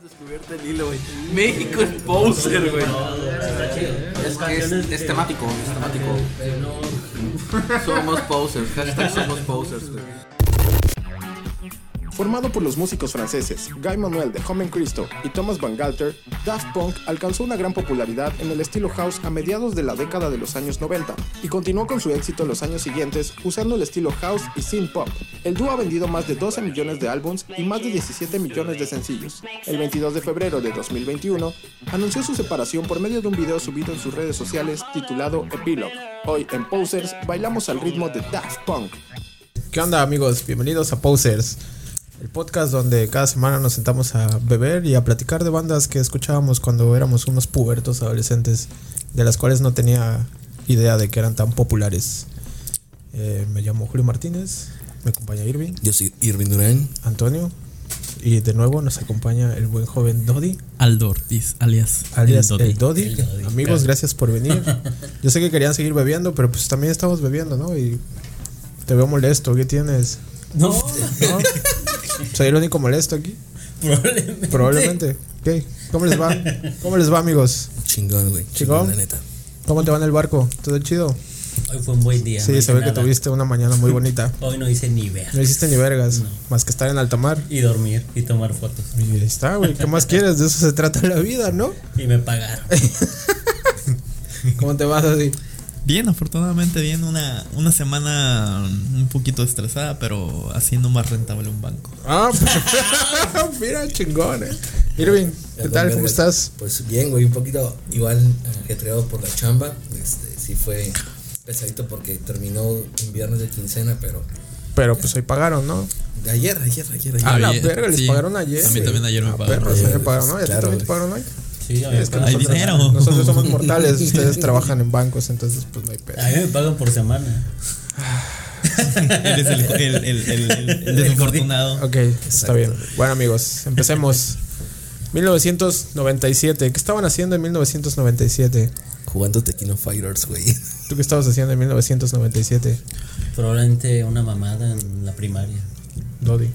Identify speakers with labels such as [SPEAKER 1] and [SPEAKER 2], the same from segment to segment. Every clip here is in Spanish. [SPEAKER 1] descubierto el hilo, güey. México es poser, güey. Es que es, es temático, es temático. Somos posers, hashtag somos posers, güey.
[SPEAKER 2] Formado por los músicos franceses Guy Manuel de Homem Christo y Thomas Van Galter, Daft Punk alcanzó una gran popularidad en el estilo house a mediados de la década de los años 90 y continuó con su éxito en los años siguientes usando el estilo house y synth pop. El dúo ha vendido más de 12 millones de álbums y más de 17 millones de sencillos. El 22 de febrero de 2021 anunció su separación por medio de un video subido en sus redes sociales titulado Epilogue. Hoy en Posers bailamos al ritmo de Daft Punk.
[SPEAKER 3] ¿Qué onda amigos? Bienvenidos a Posers, el podcast donde cada semana nos sentamos a beber y a platicar de bandas que escuchábamos cuando éramos unos pubertos adolescentes, de las cuales no tenía idea de que eran tan populares. Eh, me llamo Julio Martínez, me acompaña Irving,
[SPEAKER 4] Yo soy Irving Durán.
[SPEAKER 3] Antonio y de nuevo nos acompaña el buen joven Dodi,
[SPEAKER 5] Aldo Ortiz, alias,
[SPEAKER 3] alias
[SPEAKER 5] el
[SPEAKER 3] el,
[SPEAKER 5] Dodi.
[SPEAKER 3] Dodi. Amigos, gracias por venir. Yo sé que querían seguir bebiendo, pero pues también estamos bebiendo, ¿no? Y te veo molesto, ¿qué tienes?
[SPEAKER 4] No,
[SPEAKER 3] ¿No? Soy el único molesto aquí.
[SPEAKER 4] probablemente.
[SPEAKER 3] Probablemente. Ok, ¿Cómo les va? ¿Cómo les va, amigos?
[SPEAKER 4] Chingón, güey.
[SPEAKER 3] Chingón.
[SPEAKER 4] Chingón, la neta.
[SPEAKER 3] ¿Cómo te va en el barco? ¿Todo chido?
[SPEAKER 6] Hoy fue un buen día. no
[SPEAKER 3] Sí, se
[SPEAKER 6] hice
[SPEAKER 3] ve que
[SPEAKER 6] nada.
[SPEAKER 3] tuviste una mañana muy bonita.
[SPEAKER 6] Hoy no hice ni ver.
[SPEAKER 3] No hiciste ni vergas, más que estar en alta mar.
[SPEAKER 6] Y dormir y tomar fotos.
[SPEAKER 3] Y ahí está, güey. ¿Qué más quieres? De eso se trata la vida, ¿no?
[SPEAKER 6] Y me pagaron.
[SPEAKER 3] ¿Cómo te vas así?
[SPEAKER 5] Bien, afortunadamente bien, una, una semana un poquito estresada, pero haciendo más rentable un banco.
[SPEAKER 3] Ah, pues, mira, chingón, eh. Irving, ¿qué tal? ¿Cómo estás?
[SPEAKER 4] Pues bien, güey. Un poquito igual ajetreado por la chamba. Este, sí fue pesadito porque terminó un viernes de quincena, pero
[SPEAKER 3] Pero pues hoy pagaron, ¿no?
[SPEAKER 4] de ayer, ayer, ayer, ayer.
[SPEAKER 3] Ah, la
[SPEAKER 5] Ayer,
[SPEAKER 3] verga, les
[SPEAKER 5] sí.
[SPEAKER 3] pagaron ayer.
[SPEAKER 5] A mí también ayer me
[SPEAKER 3] Ah,
[SPEAKER 5] pagaron.
[SPEAKER 3] perros, ayer
[SPEAKER 4] Ayer,
[SPEAKER 3] pagaron, ¿no? ¿Y a ti
[SPEAKER 4] claro,
[SPEAKER 3] también te
[SPEAKER 4] güey.
[SPEAKER 3] pagaron hoy?
[SPEAKER 6] Sí, a mí, me
[SPEAKER 3] Es que
[SPEAKER 6] pagan.
[SPEAKER 5] Hay
[SPEAKER 3] nosotros,
[SPEAKER 5] dinero.
[SPEAKER 3] nosotros somos mortales, ustedes trabajan en bancos, entonces pues no hay pedo.
[SPEAKER 6] A mí me pagan por semana.
[SPEAKER 5] Eres el, el, el, el- el desafortunado.
[SPEAKER 3] Ok, está bien. Bueno amigos, empecemos. 1997, ¿qué estaban haciendo en 1997?
[SPEAKER 4] Jugando Tequino Fighters, güey.
[SPEAKER 3] ¿Tú qué estabas haciendo en 1997?
[SPEAKER 6] Probablemente una mamada en la primaria.
[SPEAKER 3] Dodi.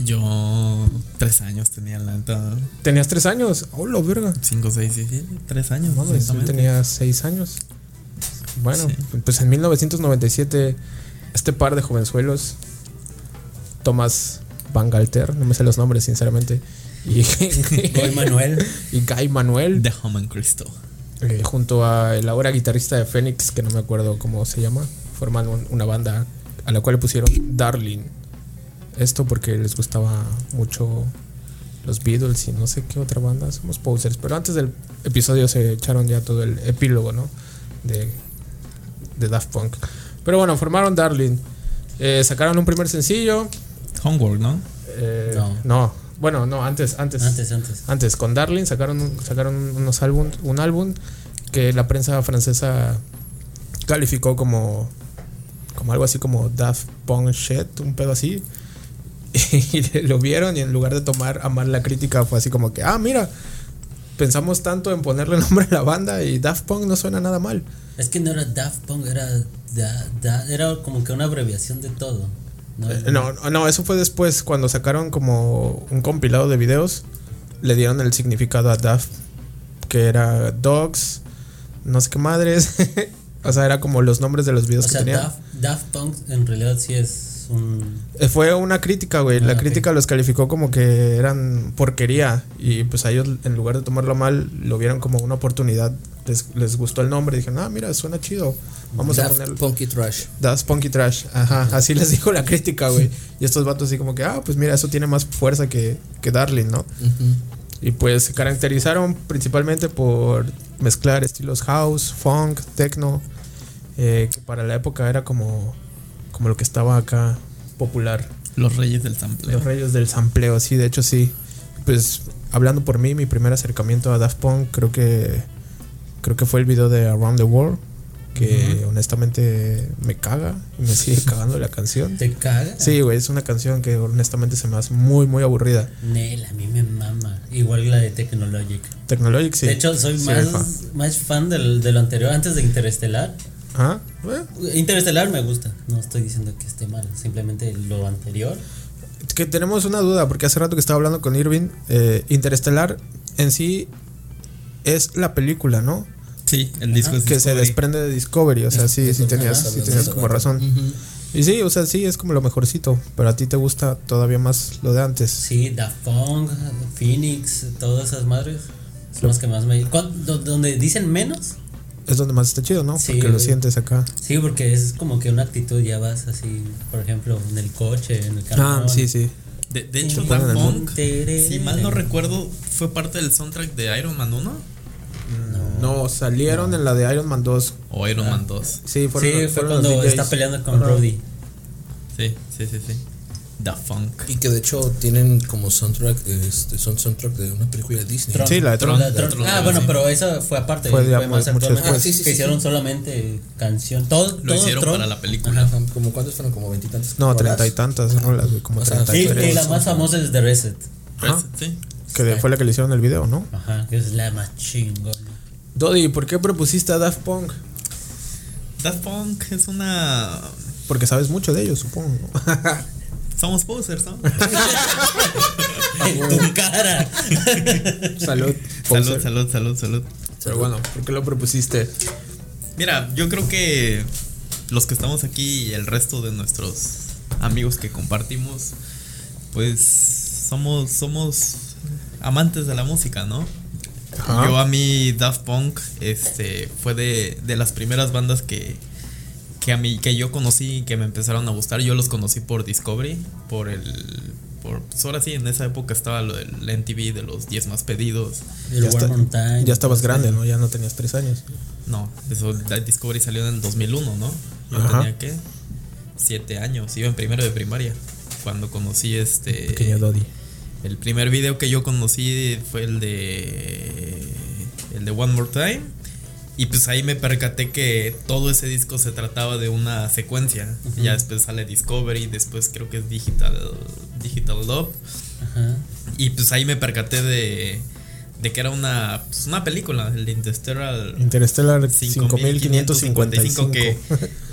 [SPEAKER 5] Yo tres años tenía la neta.
[SPEAKER 3] ¿Tenías tres años? Hola, verga.
[SPEAKER 5] Cinco, seis, seis, siete, tres años.
[SPEAKER 3] Mames, yo
[SPEAKER 5] exactamente.
[SPEAKER 3] pues, tenía seis años. Bueno, pues en 1997, este par de jovenzuelos, Tomás Van Galter, no me sé los nombres, sinceramente, y,
[SPEAKER 6] Hoy Manuel.
[SPEAKER 3] y Guy Manuel,
[SPEAKER 5] The Home and Cristo.
[SPEAKER 3] eh, junto a el ahora guitarrista de Phoenix, que no me acuerdo cómo se llama, forman un- una banda a la cual le pusieron Darling. Esto porque les gustaba mucho los Beatles y no sé qué otra banda, somos posers. Pero antes del episodio se echaron ya todo el epílogo, ¿no? De, de Daft Punk. Pero bueno, formaron Darling. Eh, sacaron un primer sencillo.
[SPEAKER 5] Homework, ¿no?
[SPEAKER 3] eh, no.
[SPEAKER 6] No.
[SPEAKER 3] Bueno, no, antes, antes.
[SPEAKER 6] Antes, antes.
[SPEAKER 3] Antes, con Darling sacaron, un- sacaron unos álbum, un álbum que la prensa francesa calificó como, como algo así como Daft Punk Shit, un pedo así. Y lo vieron y en lugar de tomar a mal la crítica fue así como que, ah, mira, pensamos tanto en ponerle nombre a la banda y Daft Punk no suena nada mal.
[SPEAKER 6] Es que no era Daft Punk, era. Da- Da- era como que una abreviación de todo. ¿no?
[SPEAKER 3] Eh, No, no, eso fue después cuando sacaron como un compilado de videos. Le dieron el significado a Daft, que era Dogs, no sé qué madres. o sea, era como los nombres de los videos
[SPEAKER 6] o
[SPEAKER 3] que
[SPEAKER 6] sea,
[SPEAKER 3] tenían.
[SPEAKER 6] Daft, Daft Punk en realidad sí es un.
[SPEAKER 3] Eh, Fue una crítica, güey. la
[SPEAKER 6] Ah, ok.
[SPEAKER 3] crítica los calificó como que eran porquería. Y pues a ellos, en lugar de tomarlo mal, lo vieron como una oportunidad. Les, les gustó el nombre. Dijeron, ah, mira, suena chido. Vamos a
[SPEAKER 4] Daft
[SPEAKER 3] ponerlo.
[SPEAKER 4] Punky Trash.
[SPEAKER 3] Das Punky Trash. Ajá, así les dijo la crítica, güey. Y estos vatos así como que, ah, pues mira, eso tiene más fuerza que, que Darling, ¿no? Y pues se caracterizaron principalmente por mezclar estilos house, funk, techno, eh, que para la época era como, como lo que estaba acá popular.
[SPEAKER 5] Los Reyes del Sample.
[SPEAKER 3] Los reyes del sampleo, sí, de hecho sí. Pues hablando por mí, mi primer acercamiento a Daft Punk creo que creo que fue el video de Around the World, que honestamente me caga, y me sigue cagando la canción.
[SPEAKER 6] ¿Te caga?
[SPEAKER 3] Sí, güey, es una canción que honestamente se me hace muy muy aburrida.
[SPEAKER 6] Nel, a mí me mama. Igual que la de Technologic.
[SPEAKER 3] Technologic sí.
[SPEAKER 6] de hecho, soy
[SPEAKER 3] sí, fa.
[SPEAKER 6] más, más fan del, de lo anterior, antes de Interestelar.
[SPEAKER 3] Ajá. eh,
[SPEAKER 6] Interestelar me gusta. No estoy diciendo que esté mal, simplemente lo anterior.
[SPEAKER 3] Que que tenemos una duda, porque hace rato que estaba hablando con Irving, eh, Interestelar en sí es la película, ¿no?
[SPEAKER 5] Sí, el disco es
[SPEAKER 3] Que se
[SPEAKER 5] Discovery.
[SPEAKER 3] desprende de Discovery, o sea, sí, sí tenías, sí tenías como razón. Y sí, o sea, sí, es como lo mejorcito, pero a ti te gusta todavía más lo de antes.
[SPEAKER 6] Sí, Daft Punk, Phoenix, todas esas madres. Son las que más me. ¿Cuán- do- ¿Donde dicen menos?
[SPEAKER 3] Es donde más está chido, ¿no?
[SPEAKER 6] Sí,
[SPEAKER 3] Porque lo
[SPEAKER 6] güey.
[SPEAKER 3] sientes acá.
[SPEAKER 6] Sí, porque es como que una actitud, ya vas así, por ejemplo, en el coche, en el
[SPEAKER 3] Ah,
[SPEAKER 6] camión.
[SPEAKER 3] sí, sí.
[SPEAKER 5] De, de hecho,
[SPEAKER 3] Se ponen
[SPEAKER 5] Daft
[SPEAKER 3] al
[SPEAKER 5] Punk,
[SPEAKER 6] Tere.
[SPEAKER 5] si mal no recuerdo, fue parte del soundtrack de Iron Man 1
[SPEAKER 3] No, salieron en la de Iron Man 2.
[SPEAKER 5] o Iron
[SPEAKER 6] Ah.
[SPEAKER 5] Man 2.
[SPEAKER 3] Sí, fueron,
[SPEAKER 6] Sí, fue
[SPEAKER 3] fueron los
[SPEAKER 6] cuando
[SPEAKER 3] DJs.
[SPEAKER 6] está peleando con Roddy.
[SPEAKER 5] Sí, sí, sí, sí. Daft Punk.
[SPEAKER 4] Y que de hecho tienen como soundtrack, este, son soundtrack de una película de Disney.
[SPEAKER 6] Tron.
[SPEAKER 3] Sí, la de Tron.
[SPEAKER 6] La de Tron.
[SPEAKER 5] Tron,
[SPEAKER 6] Ah,
[SPEAKER 5] sí.
[SPEAKER 6] bueno, pero esa fue aparte.
[SPEAKER 3] Fue
[SPEAKER 6] Fue,
[SPEAKER 3] ya mu-
[SPEAKER 6] más
[SPEAKER 3] mucho
[SPEAKER 6] actualmente.
[SPEAKER 3] después.
[SPEAKER 6] Ah, sí, sí,
[SPEAKER 4] Que
[SPEAKER 6] sí, hicieron
[SPEAKER 4] sí.
[SPEAKER 6] solamente canción. Todo,
[SPEAKER 5] Lo
[SPEAKER 6] todo
[SPEAKER 5] hicieron
[SPEAKER 6] Tron.
[SPEAKER 5] para la película.
[SPEAKER 4] Ajá, como cuántos fueron, como veintitantos.
[SPEAKER 3] No,
[SPEAKER 4] rolas?
[SPEAKER 3] treinta y tantas rolas, güey, como
[SPEAKER 4] O sea,
[SPEAKER 3] treinta
[SPEAKER 6] Sí,
[SPEAKER 3] y
[SPEAKER 4] Pero
[SPEAKER 6] que
[SPEAKER 3] tres.
[SPEAKER 6] la más famosa es The Reset.
[SPEAKER 5] Pues, Sí.
[SPEAKER 3] Que fue la que le hicieron el video, ¿no?
[SPEAKER 6] Ajá, que es la más chingona.
[SPEAKER 3] Dodi, ¿por qué propusiste a Daft Punk?
[SPEAKER 5] Daft Punk es una.
[SPEAKER 3] Porque sabes mucho de ellos, supongo.
[SPEAKER 5] Somos posers, ¿no?
[SPEAKER 3] Ah,
[SPEAKER 6] tu cara.
[SPEAKER 3] salud.
[SPEAKER 5] salud,
[SPEAKER 3] Poser.
[SPEAKER 5] salud, salud, salud.
[SPEAKER 3] Pero bueno, ¿por qué lo propusiste?
[SPEAKER 5] Mira, yo creo que los que estamos aquí y el resto de nuestros amigos que compartimos, pues somos, somos amantes de la música, ¿no?
[SPEAKER 3] Ajá.
[SPEAKER 5] Yo a mí Daft Punk este, fue de, de las primeras bandas que, que, a mí, que yo conocí y que me empezaron a gustar. Yo los conocí por Discovery, por el... Por, pues ahora sí, en esa época estaba lo del MTV de los 10 más pedidos.
[SPEAKER 6] El War
[SPEAKER 3] está-
[SPEAKER 6] Mountain.
[SPEAKER 3] Ya estabas grande, ¿no? Ya no tenías tres años.
[SPEAKER 5] No, eso, la Discovery salió en el 2001, ¿no? Yo
[SPEAKER 3] Ajá.
[SPEAKER 5] tenía que siete años, iba en primero de primaria cuando conocí este.
[SPEAKER 3] Pequeño Dodi.
[SPEAKER 5] El primer video que yo conocí fue el de el de One More Time y pues ahí me percaté que todo ese disco se trataba de una secuencia. Ya después sale Discovery, después creo que es Digital Digital Love.
[SPEAKER 6] Ajá.
[SPEAKER 5] Y pues ahí me percaté de, de que era una, pues, una película, el de Interstellar.
[SPEAKER 3] Interstellar
[SPEAKER 5] 5555
[SPEAKER 3] 5555.
[SPEAKER 5] que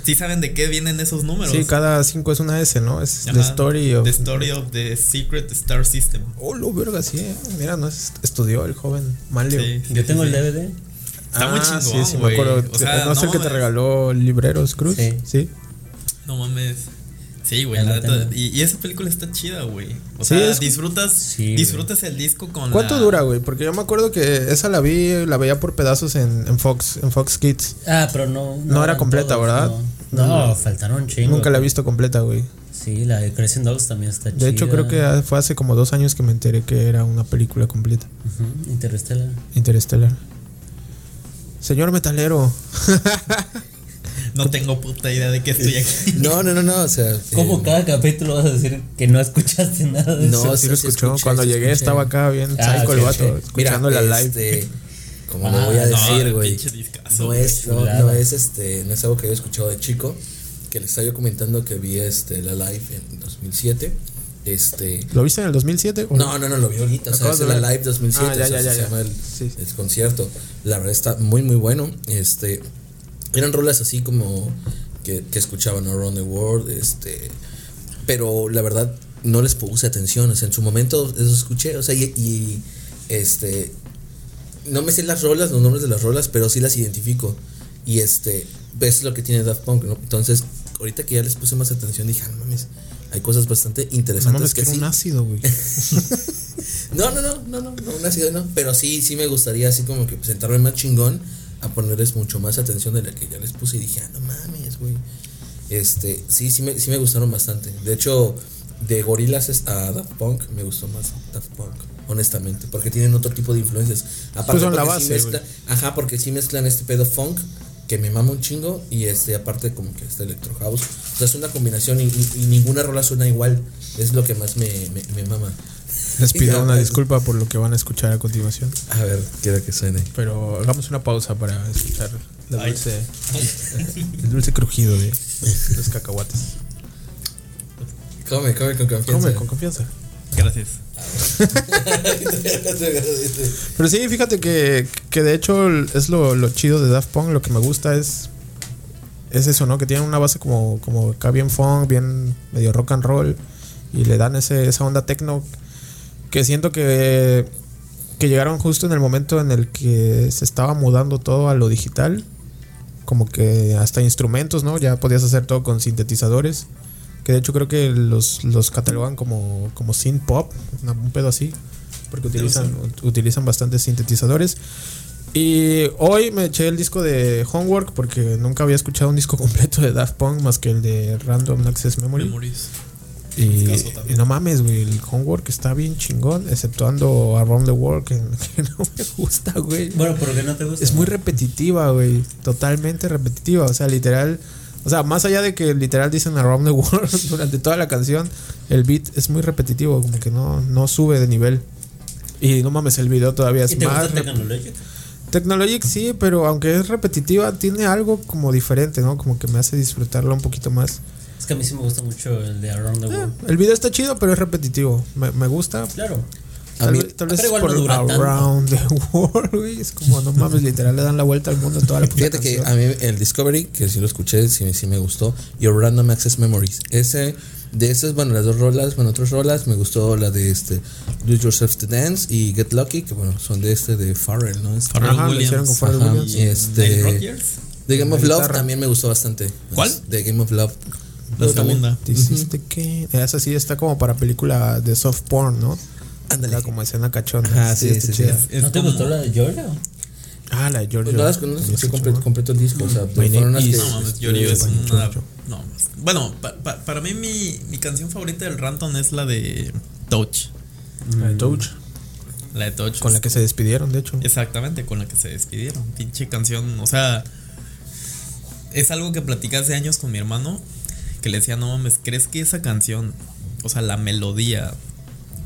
[SPEAKER 5] sí saben de qué vienen esos números.
[SPEAKER 3] Sí, cada cinco es una S, ¿no? Es
[SPEAKER 5] Ajá.
[SPEAKER 3] The Story of.
[SPEAKER 5] The Story of the Secret Star System.
[SPEAKER 3] Oh, lo verga, sí. eh. Mira, no es- estudió el joven Manlio. Ah,
[SPEAKER 5] Sí, sí,
[SPEAKER 6] Yo
[SPEAKER 5] sí,
[SPEAKER 6] tengo
[SPEAKER 5] sí.
[SPEAKER 6] el DVD.
[SPEAKER 5] Está muy chingón,
[SPEAKER 3] Sí, sí, me
[SPEAKER 5] güey.
[SPEAKER 3] acuerdo. Eh,
[SPEAKER 5] O sea,
[SPEAKER 3] no, sé el que te
[SPEAKER 5] mames,
[SPEAKER 3] regaló Libreros Cruz. Sí.
[SPEAKER 6] Sí.
[SPEAKER 5] No mames. Sí, güey,
[SPEAKER 6] Ya
[SPEAKER 5] la
[SPEAKER 6] la
[SPEAKER 5] neta,
[SPEAKER 6] tengo.
[SPEAKER 5] Y, y esa película está chida, güey. O
[SPEAKER 3] Sí,
[SPEAKER 5] sea,
[SPEAKER 3] es-
[SPEAKER 5] disfrutas,
[SPEAKER 6] Sí, güey.
[SPEAKER 5] disfrutas el disco con.
[SPEAKER 3] ¿Cuánto
[SPEAKER 5] la-
[SPEAKER 3] dura, güey? Porque yo me acuerdo que esa la vi, la veía por pedazos en, en Fox, en Fox Kids.
[SPEAKER 6] Ah, pero no.
[SPEAKER 3] No era
[SPEAKER 6] eran
[SPEAKER 3] completa, ¿verdad?
[SPEAKER 6] No, no, faltaron chingos.
[SPEAKER 3] Nunca la he visto completa, güey.
[SPEAKER 6] Sí, la de Crescent Dolls también está chida.
[SPEAKER 3] De hecho, creo que ah, fue hace como dos años que me enteré que era una película completa.
[SPEAKER 6] Ujú, Interstellar.
[SPEAKER 3] Interestelar. Señor metalero.
[SPEAKER 5] No tengo puta idea de qué estoy aquí.
[SPEAKER 4] No, no, no, no, o sea.
[SPEAKER 6] ¿Cómo
[SPEAKER 4] eh,
[SPEAKER 6] cada capítulo vas a decir que no escuchaste nada de
[SPEAKER 4] No,
[SPEAKER 6] eso?
[SPEAKER 3] sí,
[SPEAKER 4] sí,
[SPEAKER 3] lo
[SPEAKER 4] sí
[SPEAKER 3] escuchó.
[SPEAKER 4] escuché,
[SPEAKER 3] Cuando
[SPEAKER 4] sí
[SPEAKER 3] llegué
[SPEAKER 4] escuché.
[SPEAKER 3] estaba acá bien
[SPEAKER 6] Ah,
[SPEAKER 3] psycho
[SPEAKER 6] ok,
[SPEAKER 3] el vato,
[SPEAKER 6] ok.
[SPEAKER 3] escuchando
[SPEAKER 4] Mira,
[SPEAKER 3] la live.
[SPEAKER 4] este, Como
[SPEAKER 6] Ah,
[SPEAKER 4] lo voy a
[SPEAKER 6] no,
[SPEAKER 4] decir,
[SPEAKER 5] el
[SPEAKER 4] güey.
[SPEAKER 5] pinche discazo,
[SPEAKER 4] No
[SPEAKER 5] güey,
[SPEAKER 4] es, no,
[SPEAKER 6] chulada.
[SPEAKER 4] no es este, no es algo que había escuchado de chico. Que les estaba yo comentando que vi este la live en 2007. Este,
[SPEAKER 3] ¿Lo viste en el 2007? o
[SPEAKER 4] No, no, no, lo vi ahorita. O sea,
[SPEAKER 3] Acabas
[SPEAKER 4] es
[SPEAKER 3] de
[SPEAKER 4] la
[SPEAKER 3] ver.
[SPEAKER 4] Live 2007.
[SPEAKER 3] Ah, ya,
[SPEAKER 4] o
[SPEAKER 3] ya,
[SPEAKER 4] sea,
[SPEAKER 3] ya,
[SPEAKER 4] se
[SPEAKER 3] ya.
[SPEAKER 4] llama el,
[SPEAKER 3] Sí.
[SPEAKER 4] el concierto. La verdad está muy, muy bueno. Este, eran rolas así como que, que escuchaban Around the World. Este, pero la verdad no les puse atención. O sea, en su momento eso escuché. O sea, y, y, este, no me sé las rolas, los nombres de las rolas, pero sí las identifico. Y este, ves lo que tiene Daft Punk, ¿no? Entonces, ahorita que ya les puse más atención, dije, ah, no mames. Hay cosas bastante
[SPEAKER 3] No
[SPEAKER 4] interesantes
[SPEAKER 3] mames,
[SPEAKER 4] que
[SPEAKER 3] que era
[SPEAKER 4] sí.
[SPEAKER 3] un ácido, güey.
[SPEAKER 4] No, no, no, no, no, no, una ciudad no. Pero sí, sí me gustaría así como que sentarme más chingón a ponerles mucho más atención de la que ya les puse y dije, ah, no mames, güey. Este, sí, sí me, sí me gustaron bastante. De hecho, de gorilas a Daft Punk me gustó más Daft Punk, honestamente, porque tienen otro tipo de influencias. Aparte,
[SPEAKER 3] Pues son la
[SPEAKER 4] porque sí
[SPEAKER 3] base,
[SPEAKER 4] mezcla- ajá, porque sí mezclan este pedo funk que me mama un chingo y este aparte como que este electro house. O sea, es una combinación y, y- y ninguna rola suena igual. Es lo que más me, me, me mama.
[SPEAKER 3] Les pido
[SPEAKER 4] Ya,
[SPEAKER 3] una
[SPEAKER 4] pues.
[SPEAKER 3] disculpa por lo que van a escuchar a continuación.
[SPEAKER 4] A ver, quiero que suene.
[SPEAKER 3] Pero hagamos una pausa para escuchar la dulce, el dulce crujido de los cacahuates.
[SPEAKER 4] Come, come con confianza.
[SPEAKER 3] Come con confianza.
[SPEAKER 5] Gracias.
[SPEAKER 3] Pero sí, fíjate que, que de hecho es lo, lo chido de Daft Punk. Lo que me gusta es, es eso, ¿no? Que tienen una base como, como acá bien funk, bien medio rock and roll. y le dan ese, esa onda techno que siento que, que llegaron justo en el momento en el que se estaba mudando todo a lo digital. Como que hasta instrumentos, ¿no? Ya podías hacer todo con sintetizadores. Que de hecho creo que los, los catalogan como, como synth pop, una- un pedo así. Porque utilizan, utilizan bastantes sintetizadores. Y hoy me eché el disco de Homework porque nunca había escuchado un disco completo de Daft Punk más que el de Random Access Memory.
[SPEAKER 5] Memories.
[SPEAKER 3] Y,
[SPEAKER 5] Discazo
[SPEAKER 3] y
[SPEAKER 5] también.
[SPEAKER 3] no mames, güey, el homework está bien chingón, exceptuando Around the World, que, que no me gusta, güey.
[SPEAKER 6] Bueno, ¿por qué no te gusta?
[SPEAKER 3] Es muy repetitiva, güey, totalmente repetitiva, o sea, literal, o sea, más allá de que literal dicen Around the World durante toda la canción, el beat es muy repetitivo, como que no, no sube de nivel. Y no mames, el video todavía
[SPEAKER 6] ¿Y
[SPEAKER 3] es
[SPEAKER 6] te
[SPEAKER 3] más...
[SPEAKER 6] gusta
[SPEAKER 3] rep-
[SPEAKER 6] Technologic?
[SPEAKER 3] Technologic sí, pero aunque es repetitiva, tiene algo como diferente, ¿no? Como que me hace disfrutarlo un poquito más.
[SPEAKER 6] Es que a mí sí me gusta mucho el de Around the World.
[SPEAKER 3] El video está chido, pero es repetitivo. Me, me gusta.
[SPEAKER 6] Claro.
[SPEAKER 4] A
[SPEAKER 3] Tal,
[SPEAKER 4] mí-
[SPEAKER 3] vez- tal vez
[SPEAKER 6] pero igual
[SPEAKER 3] por
[SPEAKER 6] no dura tanto.
[SPEAKER 3] Around the World, güey. Es como, no mames, literal le dan la vuelta al mundo en toda la puta
[SPEAKER 4] Fíjate que
[SPEAKER 3] canción.
[SPEAKER 4] a mí el Discovery, que sí lo escuché, sí, sí me gustó. Your Random Access Memories. Ese, de esas, bueno, las dos rolas, bueno, otras rolas, me gustó la de este Do Yourself to Dance y Get Lucky, que bueno, son de este de Pharrell, ¿no? Este,
[SPEAKER 5] Pharrell
[SPEAKER 3] Ajá, lo hicieron con
[SPEAKER 5] Williams.
[SPEAKER 3] Pharrell
[SPEAKER 4] Ajá,
[SPEAKER 3] Williams.
[SPEAKER 4] y este.
[SPEAKER 5] Nile Rodgers.
[SPEAKER 4] The Game of
[SPEAKER 3] La
[SPEAKER 4] Love
[SPEAKER 3] guitarra.
[SPEAKER 4] también me gustó bastante.
[SPEAKER 5] ¿Cuál?
[SPEAKER 4] The Game of Love.
[SPEAKER 5] La segunda.
[SPEAKER 3] Te hiciste que- eh, Esa sí está como para película de soft porn, ¿no?
[SPEAKER 4] Ándale.
[SPEAKER 3] Está como escena cachona.
[SPEAKER 4] Ajá, sí,
[SPEAKER 3] está
[SPEAKER 4] sí, sí.
[SPEAKER 3] chida.
[SPEAKER 5] Es
[SPEAKER 6] ¿No te
[SPEAKER 5] como-
[SPEAKER 6] gustó la de Georgia?
[SPEAKER 3] Ah, la de Giorgio.
[SPEAKER 4] Pues no las no las escuché completo, completo el disco, o sea,
[SPEAKER 3] My name
[SPEAKER 4] fueron las que.
[SPEAKER 3] is-
[SPEAKER 5] No mames, Yo
[SPEAKER 3] Este,
[SPEAKER 5] es
[SPEAKER 3] Pancho
[SPEAKER 5] una.
[SPEAKER 3] Pancho.
[SPEAKER 5] No, bueno, pa- pa- para mí mi, mi canción favorita del Ranton es la de Touch.
[SPEAKER 3] La de Touch,
[SPEAKER 5] La de Touch.
[SPEAKER 3] Con la que se despidieron, de hecho.
[SPEAKER 5] Exactamente, con la que se despidieron. Pinche canción, o sea, es algo que platicé hace años con mi hermano, que le decía, no mames, ¿crees que esa canción, o sea, la melodía,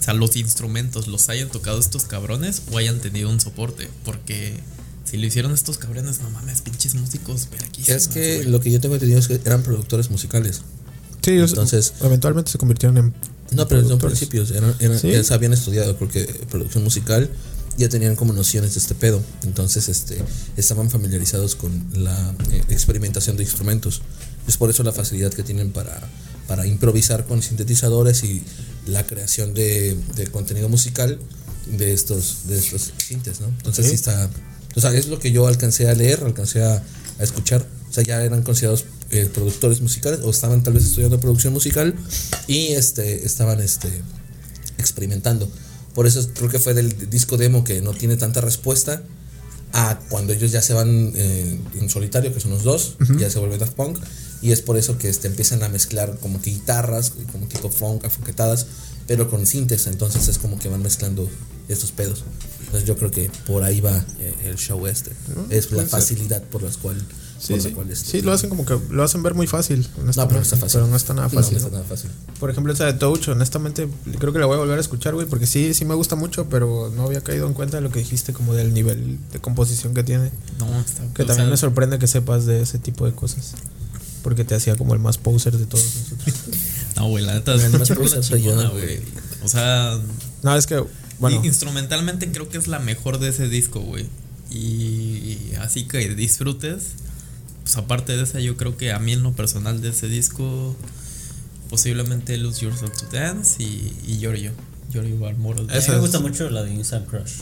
[SPEAKER 5] o sea, los instrumentos, los hayan tocado estos cabrones o hayan tenido un soporte? Porque si lo hicieron estos cabrones, no mames, pinches músicos, verguísimas,
[SPEAKER 4] Es que
[SPEAKER 5] güey.
[SPEAKER 4] lo que yo tengo entendido es que eran productores musicales.
[SPEAKER 3] Sí, ellos
[SPEAKER 4] Entonces-
[SPEAKER 3] eventualmente se convirtieron en.
[SPEAKER 4] No, pero son
[SPEAKER 3] productores.
[SPEAKER 4] principios, eran, eran-
[SPEAKER 3] Sí.
[SPEAKER 4] ellos habían estudiado porque producción musical ya tenían como nociones de este pedo. Entonces, este, estaban familiarizados con la eh, experimentación de instrumentos. Es por eso la facilidad que tienen para, para improvisar con sintetizadores y la creación de, de contenido musical de estos, de estos sintes, ¿no? Entonces
[SPEAKER 3] Sí.
[SPEAKER 4] sí está. O sea, es lo que yo alcancé a leer, alcancé a, a escuchar. O sea, ya eran considerados eh, productores musicales o estaban tal vez estudiando producción musical y este estaban este experimentando. Por eso creo que fue del disco demo que no tiene tanta respuesta a cuando ellos ya se van eh, en solitario, que son los dos, ya se vuelve Daft Punk, y es por eso que este, empiezan a mezclar como que guitarras, como tipo funk, afunquetadas, pero con sintes, entonces es como que van mezclando estos pedos. Entonces yo creo que por ahí va eh, el show este. es la facilidad por las cual,
[SPEAKER 3] Ah, Sí,
[SPEAKER 4] por
[SPEAKER 3] sí.
[SPEAKER 4] la cual este-
[SPEAKER 3] Sí, lo hacen como que lo hacen ver muy fácil.
[SPEAKER 4] No, pero no
[SPEAKER 3] honestamente,
[SPEAKER 4] está fácil.
[SPEAKER 3] Pero no está nada
[SPEAKER 4] No, no
[SPEAKER 3] fácil.
[SPEAKER 4] está
[SPEAKER 3] ¿no?
[SPEAKER 4] nada fácil.
[SPEAKER 3] Por ejemplo, esa de Touch, honestamente, creo que la voy a volver a escuchar, güey, porque sí, sí me gusta mucho, pero no había caído en cuenta de lo que dijiste, como del nivel de composición que tiene.
[SPEAKER 5] No, está-
[SPEAKER 3] Que
[SPEAKER 5] o
[SPEAKER 3] también
[SPEAKER 5] sea,
[SPEAKER 3] me sorprende que sepas de ese tipo de cosas. Porque te hacía como el más poser de todos nosotros.
[SPEAKER 5] No, güey, la neta es
[SPEAKER 4] Además,
[SPEAKER 5] una
[SPEAKER 4] producer soy yo,
[SPEAKER 5] chingona,
[SPEAKER 4] güey.
[SPEAKER 5] güey. O sea,
[SPEAKER 3] No, es que, bueno,
[SPEAKER 5] y instrumentalmente creo que es la mejor de ese disco, güey. Y así que disfrutes. Pues aparte de esa, yo creo que a mí en lo personal de ese disco, posiblemente Lose Yourself to Dance y, y Giorgio. Giorgio Barmoro.
[SPEAKER 6] A mí me
[SPEAKER 3] es-
[SPEAKER 6] gusta mucho la de Instant Crush.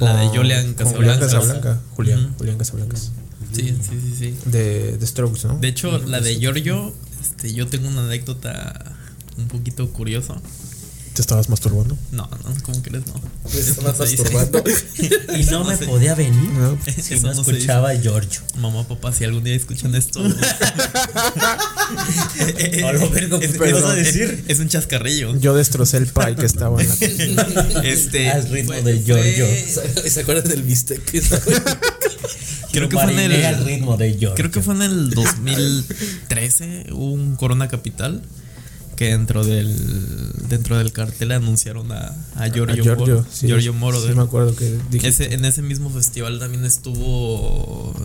[SPEAKER 5] La de
[SPEAKER 3] con-
[SPEAKER 5] Julian
[SPEAKER 3] con Julián
[SPEAKER 5] Casablancas.
[SPEAKER 3] Casablanca. Julián,
[SPEAKER 5] Ujú.
[SPEAKER 3] Julián Casablancas.
[SPEAKER 5] Sí, sí, sí, sí.
[SPEAKER 3] De, de Strokes, ¿no?
[SPEAKER 5] De hecho, la de Giorgio, este, yo tengo una anécdota un poquito curiosa.
[SPEAKER 3] Te estabas masturbando.
[SPEAKER 5] No, no, ¿cómo crees? No.
[SPEAKER 4] Pues,
[SPEAKER 5] Eso no se dice.
[SPEAKER 4] masturbando.
[SPEAKER 6] Y no me podía venir
[SPEAKER 3] No,
[SPEAKER 6] si
[SPEAKER 5] Eso
[SPEAKER 6] no
[SPEAKER 5] no se dice.
[SPEAKER 6] escuchaba a Giorgio.
[SPEAKER 5] Mamá, papá, si algún día escuchan esto.
[SPEAKER 6] A lo verga,
[SPEAKER 5] Es-
[SPEAKER 6] ¿qué
[SPEAKER 5] es-
[SPEAKER 6] vas a
[SPEAKER 5] es-
[SPEAKER 6] decir?
[SPEAKER 5] Es un chascarrillo.
[SPEAKER 3] Yo destrocé el pie que estaba en la.
[SPEAKER 5] Este, eh,
[SPEAKER 6] Al ritmo
[SPEAKER 5] fue-
[SPEAKER 6] de Giorgio.
[SPEAKER 5] fue-
[SPEAKER 4] ¿Se acuerdan del bistec? Creo
[SPEAKER 5] Creo
[SPEAKER 6] Lo
[SPEAKER 5] que fue en
[SPEAKER 6] mariné al
[SPEAKER 5] el.
[SPEAKER 6] ritmo de Giorgio.
[SPEAKER 5] Creo que fue en el 2013. Hubo un Corona Capital. Que dentro del. Dentro del cartel anunciaron a, a Giorgio,
[SPEAKER 3] a Giorgio,
[SPEAKER 5] Moro.
[SPEAKER 3] sí,
[SPEAKER 5] Giorgio Moro
[SPEAKER 3] Sí,
[SPEAKER 5] de-
[SPEAKER 3] me acuerdo que dije.
[SPEAKER 5] ese- en ese mismo festival también estuvo eh,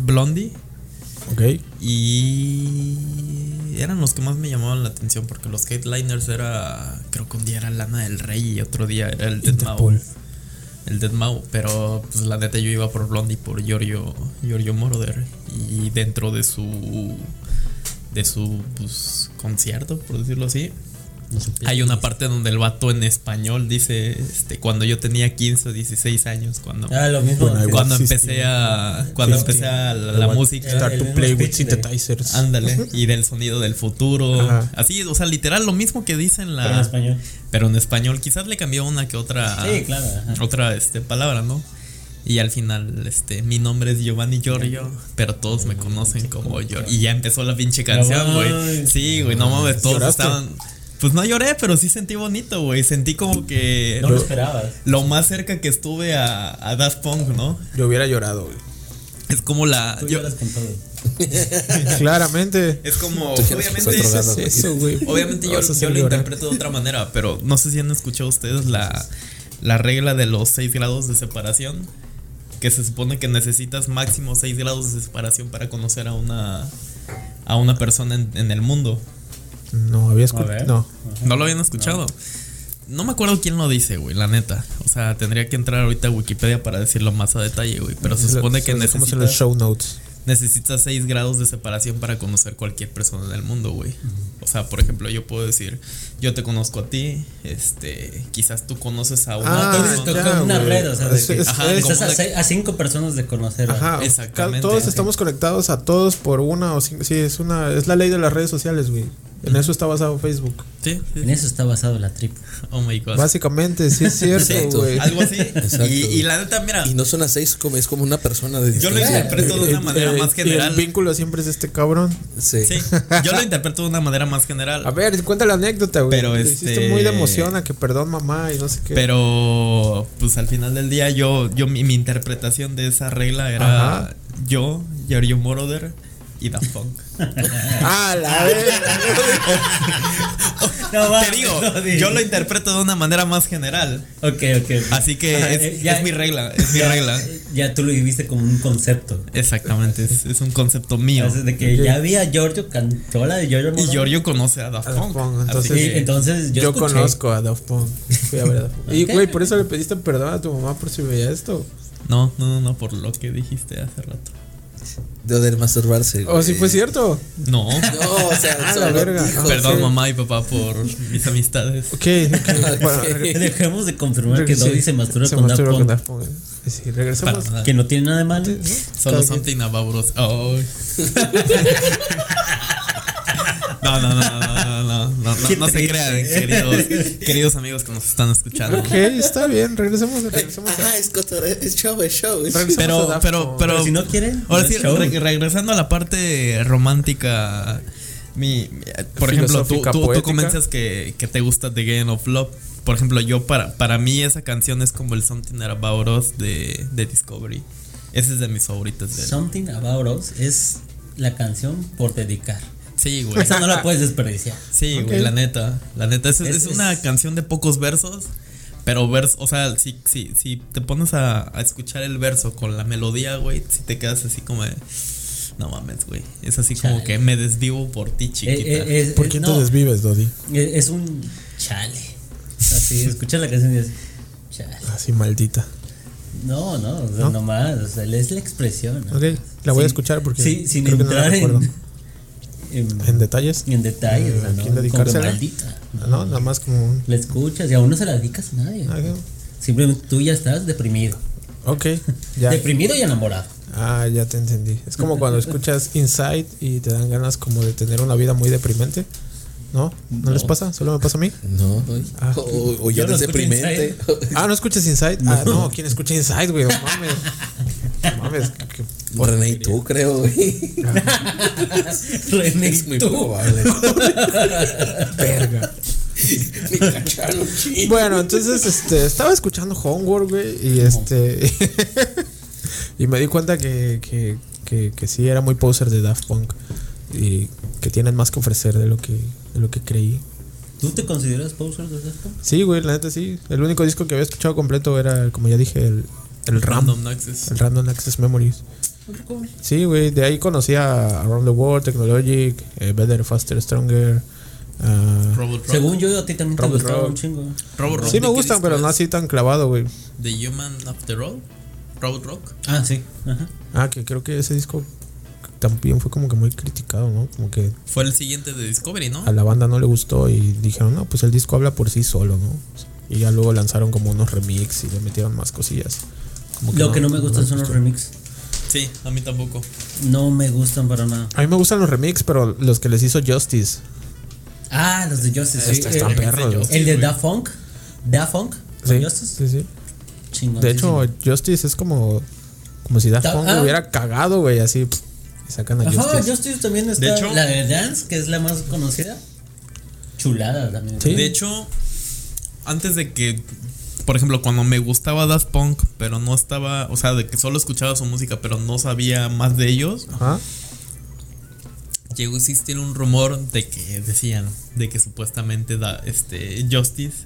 [SPEAKER 5] Blondie.
[SPEAKER 3] Ok.
[SPEAKER 5] Y eran los que más me llamaban la atención porque los headliners era, creo que un día era Lana del Rey y otro día era el Dead Mau.
[SPEAKER 3] Interpol.
[SPEAKER 5] El Dead Mau, pero pues la neta yo iba por Blondie por Giorgio, Giorgio Moroder y dentro de su de su pues, concierto, por decirlo así, Hay una parte donde el vato en español dice, este, cuando yo tenía 15 o 16 años, cuando,
[SPEAKER 6] Ah, lo mismo.
[SPEAKER 3] Bueno, ahí va.
[SPEAKER 5] cuando empecé a, cuando empecé a la, la música.
[SPEAKER 3] Start to play with synthesizers.
[SPEAKER 5] Ándale, y del sonido del futuro.
[SPEAKER 3] Ajá.
[SPEAKER 5] Así, o sea, literal lo mismo que dice en la...
[SPEAKER 6] Pero en español.
[SPEAKER 5] pero en español. Quizás le cambió una que otra.
[SPEAKER 6] Sí, claro, ajá.
[SPEAKER 5] Otra este, palabra, ¿no? Y al final, este, mi nombre es Giovanni Giorgio, pero todos me conocen como Giorgio. Y ya empezó la pinche canción, güey.
[SPEAKER 6] mames.
[SPEAKER 5] Sí, güey, no mames, todos
[SPEAKER 3] ¿Lloraste?
[SPEAKER 5] estaban. Pues no lloré, pero sí sentí bonito, güey. Sentí como que
[SPEAKER 6] No lo esperabas.
[SPEAKER 5] lo más cerca que estuve a, a Daft Punk, ¿no?
[SPEAKER 3] Yo hubiera llorado, güey.
[SPEAKER 5] Es como la.
[SPEAKER 6] Tú
[SPEAKER 5] yo-
[SPEAKER 6] lloras con todo.
[SPEAKER 3] Claramente.
[SPEAKER 5] es como.
[SPEAKER 4] quieres
[SPEAKER 5] Obviamente,
[SPEAKER 4] pasar drogado,
[SPEAKER 5] sí,
[SPEAKER 4] güey.
[SPEAKER 3] Eso, güey.
[SPEAKER 5] Obviamente yo,
[SPEAKER 3] Vas a
[SPEAKER 5] yo
[SPEAKER 3] hacer
[SPEAKER 5] lo
[SPEAKER 3] llorar.
[SPEAKER 5] interpreto de otra manera, pero no sé si han escuchado ustedes la, la regla de los 6 grados de separación, que se supone que necesitas máximo 6 grados de separación para conocer a una, a una persona en, en el mundo.
[SPEAKER 3] No, había
[SPEAKER 6] A
[SPEAKER 3] escuchado.
[SPEAKER 6] ver.
[SPEAKER 3] No.
[SPEAKER 5] ¿No lo habían escuchado? No me acuerdo quién lo dice, güey, la neta. O sea, tendría que entrar ahorita a Wikipedia para decirlo más a detalle, güey. Pero se supone que
[SPEAKER 3] Lo dejamos en los
[SPEAKER 5] necesitas,
[SPEAKER 3] show notes.
[SPEAKER 5] necesitas 6 grados de separación para conocer cualquier persona en el mundo, güey. O sea, por ejemplo, yo puedo decir, yo te conozco a ti, este, quizás tú conoces a una
[SPEAKER 3] Ah,
[SPEAKER 5] persona.
[SPEAKER 3] ya,
[SPEAKER 6] Con una
[SPEAKER 3] güey.
[SPEAKER 6] red, o sea, de
[SPEAKER 3] Es-
[SPEAKER 6] que
[SPEAKER 3] es-
[SPEAKER 5] Ajá,
[SPEAKER 3] es-
[SPEAKER 5] como
[SPEAKER 6] estás a,
[SPEAKER 5] de-
[SPEAKER 6] seis- a cinco personas de conocer. ¿verdad?
[SPEAKER 3] Ajá,
[SPEAKER 5] Exactamente.
[SPEAKER 3] ca- Todos estamos conectados a todos por una o cinco. Sí, es una es la ley de las redes sociales, güey. En eso está basado Facebook.
[SPEAKER 5] Sí, sí,
[SPEAKER 6] En eso está basado la tripa.
[SPEAKER 5] Oh my god.
[SPEAKER 3] Básicamente, sí es cierto,
[SPEAKER 4] Exacto.
[SPEAKER 3] güey.
[SPEAKER 5] Algo así.
[SPEAKER 4] Exacto,
[SPEAKER 5] Y, y
[SPEAKER 4] güey.
[SPEAKER 5] la neta, mira,
[SPEAKER 4] Y no son las seis, como, es como una persona de
[SPEAKER 5] yo lo
[SPEAKER 4] distancia.
[SPEAKER 5] interpreto de una manera
[SPEAKER 3] Eh,
[SPEAKER 5] más
[SPEAKER 3] y el
[SPEAKER 5] general.
[SPEAKER 3] vínculo siempre es este cabrón.
[SPEAKER 4] Sí.
[SPEAKER 5] Sí, yo lo interpreto de una manera más general.
[SPEAKER 3] A ver, cuenta la anécdota, güey.
[SPEAKER 5] Pero
[SPEAKER 3] Lo
[SPEAKER 5] este-
[SPEAKER 3] hiciste muy de emoción a que perdón mamá y no sé qué.
[SPEAKER 5] Pero pues al final del día yo, yo mi, mi interpretación de esa regla era
[SPEAKER 3] Ajá.
[SPEAKER 5] yo, Giorgio Moroder y Daft Punk.
[SPEAKER 3] ah, la verga.
[SPEAKER 6] No, va,
[SPEAKER 5] Te digo,
[SPEAKER 6] no, di-
[SPEAKER 5] yo lo interpreto de una manera más general.
[SPEAKER 6] Ok, ok.
[SPEAKER 5] Así que
[SPEAKER 6] Ajá,
[SPEAKER 5] es,
[SPEAKER 6] eh, ya-
[SPEAKER 5] es mi regla, es mi
[SPEAKER 6] ya- eh,
[SPEAKER 5] regla.
[SPEAKER 6] Ya tú lo viviste como un concepto.
[SPEAKER 5] Exactamente, es, es un concepto mío.
[SPEAKER 6] Entonces, de que ya había Giorgio cantó la de Giorgio
[SPEAKER 5] Y
[SPEAKER 6] Moroder.
[SPEAKER 5] Giorgio conoce a Daft
[SPEAKER 3] Daft
[SPEAKER 5] Punk.
[SPEAKER 3] Punk,
[SPEAKER 5] así
[SPEAKER 3] entonces-
[SPEAKER 6] Sí,
[SPEAKER 5] que-
[SPEAKER 6] entonces yo,
[SPEAKER 3] Yo,
[SPEAKER 6] escuché-
[SPEAKER 3] conozco a Daft Punk. Fui a ver a Daft Punk. Y
[SPEAKER 6] Ok.
[SPEAKER 3] güey, por eso le pediste perdón a tu mamá por si veía esto.
[SPEAKER 5] no, no, no, no, por lo que dijiste hace rato.
[SPEAKER 4] De de masturbarse.
[SPEAKER 3] O si
[SPEAKER 4] güey.
[SPEAKER 3] Oh, fue cierto.
[SPEAKER 5] No.
[SPEAKER 4] No, o sea,
[SPEAKER 3] Ah,
[SPEAKER 4] solo
[SPEAKER 3] pues la verga.
[SPEAKER 4] dijo.
[SPEAKER 5] Perdón,
[SPEAKER 3] sí.
[SPEAKER 5] mamá y papá, por mis amistades.
[SPEAKER 3] Ok, ok, bueno, regre-
[SPEAKER 6] Dejemos de confirmar que
[SPEAKER 3] regre-
[SPEAKER 6] Dobby se masturba
[SPEAKER 3] se
[SPEAKER 6] con Daft
[SPEAKER 3] masturba
[SPEAKER 6] Punk.
[SPEAKER 3] con Daft Punk. Sí, regresamos.
[SPEAKER 5] Para nada.
[SPEAKER 6] Que no tiene nada de malo.
[SPEAKER 5] Solo something about us. Oh. No, no, no, no, no, no, no, no,
[SPEAKER 6] Qué
[SPEAKER 5] no se
[SPEAKER 6] triste.
[SPEAKER 5] crean, queridos, queridos amigos que nos están escuchando.
[SPEAKER 3] Ok, está bien, regresemos, regresemos a-
[SPEAKER 4] Ajá, es cotorreo, es show, es show. es-
[SPEAKER 3] regresemos a
[SPEAKER 5] Pero,
[SPEAKER 3] Daft
[SPEAKER 5] pero,
[SPEAKER 3] Punk.
[SPEAKER 5] pero.
[SPEAKER 6] Pero si no quieren,
[SPEAKER 5] Ahora
[SPEAKER 6] no
[SPEAKER 5] sí,
[SPEAKER 6] es show.
[SPEAKER 5] re- regresando a la parte romántica. Mi, mi- por ejemplo, tú,
[SPEAKER 3] Filosófica,
[SPEAKER 5] tú, tú
[SPEAKER 3] poética.
[SPEAKER 5] comentas que, que te gusta The Game of Love. Por ejemplo, yo para, para mí esa canción es como el Something About Us de, de Discovery. Ese es de mis favoritos. de-
[SPEAKER 6] Something About Us es la canción por dedicar.
[SPEAKER 5] Sí, güey.
[SPEAKER 6] Esa no la puedes desperdiciar.
[SPEAKER 5] Sí, güey, la neta. La neta, es, es
[SPEAKER 6] Es-
[SPEAKER 5] una
[SPEAKER 6] es-
[SPEAKER 5] canción de pocos versos. Pero verso, o sea, si, si, si te pones a, a escuchar el verso con la melodía, güey, si te quedas así como de, No mames, güey. Es así como
[SPEAKER 6] Chale.
[SPEAKER 5] que me desvivo por ti, chiquita.
[SPEAKER 6] Eh, eh, es-
[SPEAKER 3] ¿Por
[SPEAKER 6] es-
[SPEAKER 3] qué
[SPEAKER 6] no,
[SPEAKER 3] te desvives, Dodi?
[SPEAKER 6] Eh, Es es un chale. Así, escuchas la canción y dices, chale.
[SPEAKER 3] Así maldita.
[SPEAKER 6] No, no, o sea, nomás, o sea, es la expresión. ¿no?
[SPEAKER 3] Ok, la voy a
[SPEAKER 6] Sin-
[SPEAKER 3] escuchar porque
[SPEAKER 6] Sí, sin
[SPEAKER 3] creo que no la
[SPEAKER 6] entrar
[SPEAKER 3] recuerdo.
[SPEAKER 6] en, en,
[SPEAKER 3] en detalles.
[SPEAKER 6] en detalles,
[SPEAKER 3] Eh,
[SPEAKER 6] o sea,
[SPEAKER 3] ¿a
[SPEAKER 6] ¿no?
[SPEAKER 3] quién
[SPEAKER 6] Como que
[SPEAKER 3] dedicársela?
[SPEAKER 6] maldita.
[SPEAKER 3] No, nada más como un.
[SPEAKER 6] La escuchas y aún no se la dedicas a nadie.
[SPEAKER 3] ah,
[SPEAKER 6] Simplemente tú ya estás deprimido.
[SPEAKER 3] Ok, ya.
[SPEAKER 6] Deprimido y enamorado.
[SPEAKER 3] Ah, ya te entendí. Es como cuando escuchas Inside y te dan ganas como de tener una vida muy deprimente. ¿No? ¿No, les pasa? ¿Solo me pasa a mí?
[SPEAKER 4] No, güey. o, o ya
[SPEAKER 6] Yo lo
[SPEAKER 4] eres
[SPEAKER 6] escucho
[SPEAKER 4] deprimente.
[SPEAKER 3] Ah, ¿no escuchas Inside? Ah, no, ¿quién escucha Inside, güey? No mames. No mames. que-
[SPEAKER 4] René, y tú creo, güey.
[SPEAKER 5] Ah,
[SPEAKER 6] René,
[SPEAKER 4] Es muy
[SPEAKER 6] tú.
[SPEAKER 4] probable.
[SPEAKER 3] Verga.
[SPEAKER 4] Me cacharon, chido.
[SPEAKER 3] Bueno, entonces este, estaba escuchando Homework, güey, y este. y me di cuenta que, que, que, que sí era muy poser de Daft Punk. Y que tienen más que ofrecer de lo que, de lo que creí.
[SPEAKER 6] ¿Tú te consideras poser de esto?
[SPEAKER 3] Sí, güey, la neta sí. El único disco que había escuchado completo era, como ya dije, el, el Random.
[SPEAKER 5] Random Access.
[SPEAKER 3] El Random Access Memories. Sí, güey, de ahí conocí a Around the World, Technologic, eh, Better, Faster, Stronger. ah,
[SPEAKER 5] Robot Rock.
[SPEAKER 6] Según yo, a ti también te
[SPEAKER 3] Rock,
[SPEAKER 6] gustaba
[SPEAKER 3] rock.
[SPEAKER 6] un chingo.
[SPEAKER 5] Robot Rock,
[SPEAKER 3] sí,
[SPEAKER 5] ¿de
[SPEAKER 3] me
[SPEAKER 5] qué
[SPEAKER 3] gustan,
[SPEAKER 5] disco
[SPEAKER 3] pero no
[SPEAKER 5] es?
[SPEAKER 3] así tan clavado, güey.
[SPEAKER 5] The Human After All. Robot Rock.
[SPEAKER 6] Ah, sí. Ajá.
[SPEAKER 3] Ah, que creo que ese disco también fue como que muy criticado, ¿no? Como que
[SPEAKER 5] Fue el siguiente de Discovery, ¿no?
[SPEAKER 3] a la banda no le gustó y dijeron, no, pues el disco habla por sí solo, ¿no? Y ya luego lanzaron como unos remix y le metieron más cosillas. Como
[SPEAKER 6] Lo que no me gustan
[SPEAKER 3] les
[SPEAKER 6] son los
[SPEAKER 3] gustó.
[SPEAKER 6] remix.
[SPEAKER 5] Sí, a mí tampoco.
[SPEAKER 6] No me gustan para nada.
[SPEAKER 3] A mí me gustan los remix, pero los que les hizo Justice.
[SPEAKER 6] Ah, los de Justice.
[SPEAKER 3] Estos
[SPEAKER 6] Eh,
[SPEAKER 3] están
[SPEAKER 6] eh,
[SPEAKER 3] perros,
[SPEAKER 6] el,
[SPEAKER 3] güey.
[SPEAKER 6] de Da Funk. Da Funk.
[SPEAKER 3] Sí,
[SPEAKER 6] con Justice.
[SPEAKER 3] sí, sí.
[SPEAKER 6] Chingón.
[SPEAKER 3] De hecho, Justice es como, como si Daft
[SPEAKER 6] Ta-
[SPEAKER 3] Punk
[SPEAKER 6] ah.
[SPEAKER 3] hubiera cagado, güey, así. pff, Y sacan a
[SPEAKER 6] Ajá,
[SPEAKER 3] Justice.
[SPEAKER 6] Justice también está.
[SPEAKER 5] De hecho-
[SPEAKER 6] la de Dance, que es la más conocida. Chulada también.
[SPEAKER 3] Sí.
[SPEAKER 5] De hecho, antes de que, por ejemplo, cuando me gustaba Daft Punk, pero no estaba, o sea, de que solo escuchaba su música, pero no sabía más de ellos,
[SPEAKER 3] Ajá.
[SPEAKER 5] llegó a existir un rumor de que decían, de que supuestamente da, este, Justice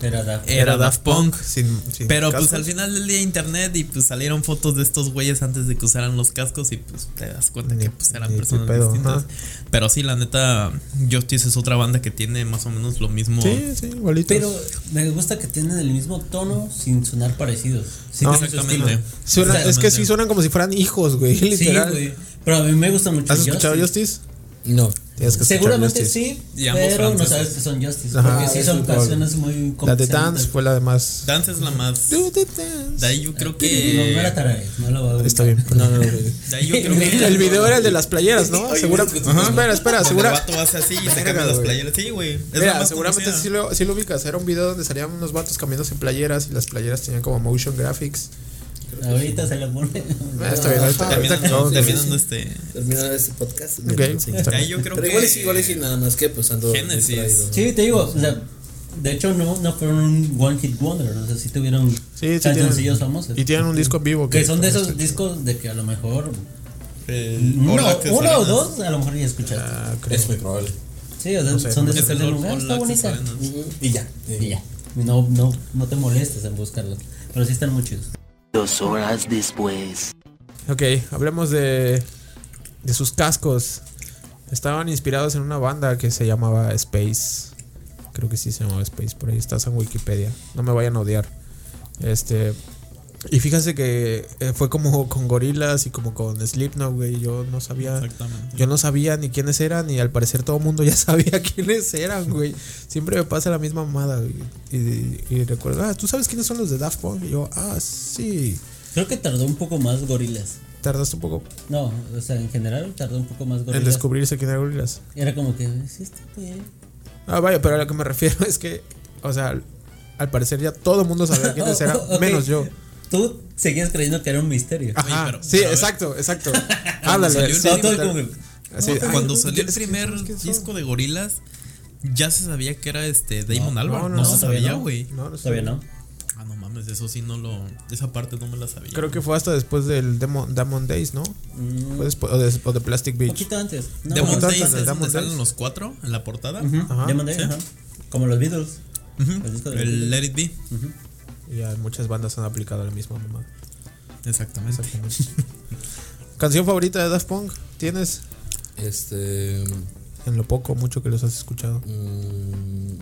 [SPEAKER 6] Era Da
[SPEAKER 3] Eh,
[SPEAKER 6] Funk.
[SPEAKER 5] era, Daft Punk.
[SPEAKER 3] Sin- sin
[SPEAKER 5] Pero pues
[SPEAKER 3] cascos.
[SPEAKER 5] al final del día internet y pues salieron fotos de estos güeyes antes de que usaran los cascos y pues te das cuenta
[SPEAKER 3] Ni-
[SPEAKER 5] que pues eran
[SPEAKER 3] ni qué
[SPEAKER 5] personas
[SPEAKER 3] pedo,
[SPEAKER 5] distintas.
[SPEAKER 3] ajá.
[SPEAKER 5] Pero sí, la neta, Justice es otra banda que tiene más o menos lo mismo.
[SPEAKER 3] Sí, sí, igualito.
[SPEAKER 6] Pero me gusta que tienen el mismo tono sin sonar parecidos. Sí,
[SPEAKER 3] No,
[SPEAKER 6] tienen su
[SPEAKER 5] exactamente.
[SPEAKER 6] estilo.
[SPEAKER 3] Suena- es que Ah, sí suenan como si fueran hijos, güey,
[SPEAKER 6] Sí,
[SPEAKER 3] literal.
[SPEAKER 6] güey. Pero a mí me gusta mucho.
[SPEAKER 3] ¿Has escuchado
[SPEAKER 6] Justice.
[SPEAKER 3] Justice?
[SPEAKER 4] No.
[SPEAKER 3] Tienes que escuchar
[SPEAKER 6] Seguramente
[SPEAKER 3] Justice.
[SPEAKER 6] sí,
[SPEAKER 5] Y ambos
[SPEAKER 6] pero no
[SPEAKER 5] franceses.
[SPEAKER 6] sabes que son Justice.
[SPEAKER 3] Ajá,
[SPEAKER 6] porque sí
[SPEAKER 3] es
[SPEAKER 6] son
[SPEAKER 3] muy probable.
[SPEAKER 6] canciones muy
[SPEAKER 3] La de
[SPEAKER 6] comerciales.
[SPEAKER 3] Dance fue la de más.
[SPEAKER 5] Dance es la más.
[SPEAKER 3] Do
[SPEAKER 5] De
[SPEAKER 3] the dance.
[SPEAKER 5] ahí yo creo
[SPEAKER 6] No, no era
[SPEAKER 5] que.
[SPEAKER 6] tarea, no la voy a ver.
[SPEAKER 3] Está bien.
[SPEAKER 4] No, no, no, güey.
[SPEAKER 5] De ahí yo creo que.
[SPEAKER 3] El video era el de las playeras, ¿no? Segura. Ajá, Espera, espera,
[SPEAKER 5] Donde el
[SPEAKER 3] segura.
[SPEAKER 5] vato hace así y se
[SPEAKER 3] Verga,
[SPEAKER 5] cambia las
[SPEAKER 3] güey.
[SPEAKER 5] playeras. Sí, güey. Es la
[SPEAKER 3] Mira,
[SPEAKER 5] más
[SPEAKER 3] seguramente
[SPEAKER 5] conocida.
[SPEAKER 3] sí lo, sí lo ubicas. Era un video donde salían unos vatos cambiándose en playeras y las playeras tenían como motion graphics.
[SPEAKER 6] Ahorita se la pone.
[SPEAKER 3] Ah, está bien, ahorita- ahorita
[SPEAKER 5] Terminando,
[SPEAKER 3] acabamos de-
[SPEAKER 5] terminando este.
[SPEAKER 4] Terminando este podcast.
[SPEAKER 3] Ok,
[SPEAKER 4] sí.
[SPEAKER 3] está
[SPEAKER 5] De ahí
[SPEAKER 3] bien.
[SPEAKER 5] yo creo
[SPEAKER 4] Pero
[SPEAKER 5] que.
[SPEAKER 4] igual es igual es y nada más que pues ando
[SPEAKER 5] Génesis.
[SPEAKER 4] distraído, ¿no?
[SPEAKER 6] Sí, te digo, la- de hecho no, no fueron un one hit wonder, o sea, sí tuvieron
[SPEAKER 3] Sí, sí
[SPEAKER 6] cancioncillos
[SPEAKER 3] tienen,
[SPEAKER 6] famosos.
[SPEAKER 3] y tienen un disco en vivo. este-
[SPEAKER 6] que son de esos discos de que a lo mejor
[SPEAKER 5] eh,
[SPEAKER 6] uno,
[SPEAKER 5] All Access
[SPEAKER 6] uno o
[SPEAKER 5] Arenas.
[SPEAKER 6] dos a lo mejor ya escuchaste.
[SPEAKER 3] Ah, creo.
[SPEAKER 4] Es muy probable.
[SPEAKER 6] sí, o sea, son de
[SPEAKER 5] Es
[SPEAKER 6] esos que
[SPEAKER 5] el
[SPEAKER 6] dicen,
[SPEAKER 5] All-
[SPEAKER 6] "Ah,
[SPEAKER 5] All
[SPEAKER 6] está
[SPEAKER 5] Access
[SPEAKER 6] bonita.
[SPEAKER 5] Arenas.
[SPEAKER 4] Y ya.
[SPEAKER 6] Y ya. No, no, no te molestes en buscarlos. Pero sí están muy chidos.
[SPEAKER 7] Dos horas después.
[SPEAKER 3] Ok, hablemos de, de sus cascos. Estaban inspirados en una banda que se llamaba Space. Creo que sí se llamaba Space, por ahí estás en Wikipedia. No me vayan a odiar. Este. Y fíjense que eh, fue como con gorilas y como con Slipknot, güey. Yo no sabía.
[SPEAKER 5] Exactamente.
[SPEAKER 3] Yo no sabía ni quiénes eran y al parecer todo el mundo ya sabía quiénes eran, güey. Siempre me pasa la misma mamada, güey. Y, y- y recuerdo, ah, ¿tú sabes quiénes son los de Daft Punk? Y yo, ah, sí.
[SPEAKER 6] Creo que tardó un poco más Gorilas.
[SPEAKER 3] Tardaste un poco
[SPEAKER 6] No, o sea, en general tardó un poco más
[SPEAKER 3] en
[SPEAKER 6] Gorilas.
[SPEAKER 3] descubrirse quién era gorilas.
[SPEAKER 6] Era como que, sí, este güey.
[SPEAKER 3] Ah, vaya, pero a lo que me refiero es que, o sea, al, al parecer ya todo el mundo sabía quiénes eran,
[SPEAKER 6] Ok.
[SPEAKER 3] menos yo.
[SPEAKER 6] Tú seguías creyendo que era un misterio.
[SPEAKER 3] Ajá,
[SPEAKER 5] pero-
[SPEAKER 3] sí,
[SPEAKER 5] pero-
[SPEAKER 3] exacto, exacto. Ándale.
[SPEAKER 5] salió
[SPEAKER 3] sí,
[SPEAKER 5] el
[SPEAKER 6] No, todo
[SPEAKER 3] tal-
[SPEAKER 6] como que-
[SPEAKER 3] así, ay,
[SPEAKER 5] Cuando
[SPEAKER 3] no,
[SPEAKER 5] salió el
[SPEAKER 3] es que-
[SPEAKER 5] primer
[SPEAKER 3] es que son-
[SPEAKER 5] disco de Gorilas, ya se sabía que era este Damon Albarn.
[SPEAKER 3] no,
[SPEAKER 5] No,
[SPEAKER 3] no,
[SPEAKER 5] se
[SPEAKER 3] no,
[SPEAKER 5] sabía,
[SPEAKER 6] no.
[SPEAKER 5] güey.
[SPEAKER 3] No, no sé.
[SPEAKER 6] Todavía no.
[SPEAKER 5] Ah, no mames, eso sí no lo. Esa parte no me la sabía.
[SPEAKER 3] Creo que fue hasta después del Demon, Damon Days, ¿no?
[SPEAKER 5] Mm.
[SPEAKER 3] Fue después, o, de, o de Plastic
[SPEAKER 6] Un
[SPEAKER 3] Beach.
[SPEAKER 6] poquito antes. No,
[SPEAKER 5] Demon
[SPEAKER 3] Poquito
[SPEAKER 5] Days
[SPEAKER 3] antes de
[SPEAKER 5] es
[SPEAKER 3] Demon
[SPEAKER 5] donde salen
[SPEAKER 3] Days.
[SPEAKER 5] los cuatro en la portada.
[SPEAKER 6] Ajá. Demon Days, ajá. Como los Beatles.
[SPEAKER 5] Ujú.
[SPEAKER 6] El disco de los
[SPEAKER 5] El
[SPEAKER 6] Beatles.
[SPEAKER 5] Let It Be.
[SPEAKER 3] Ya muchas bandas han aplicado la misma mamada.
[SPEAKER 5] Exactamente.
[SPEAKER 3] ¿Canción favorita de Daft Punk? ¿Tienes?
[SPEAKER 4] Este.
[SPEAKER 3] En lo poco, mucho que los has escuchado.
[SPEAKER 4] mm,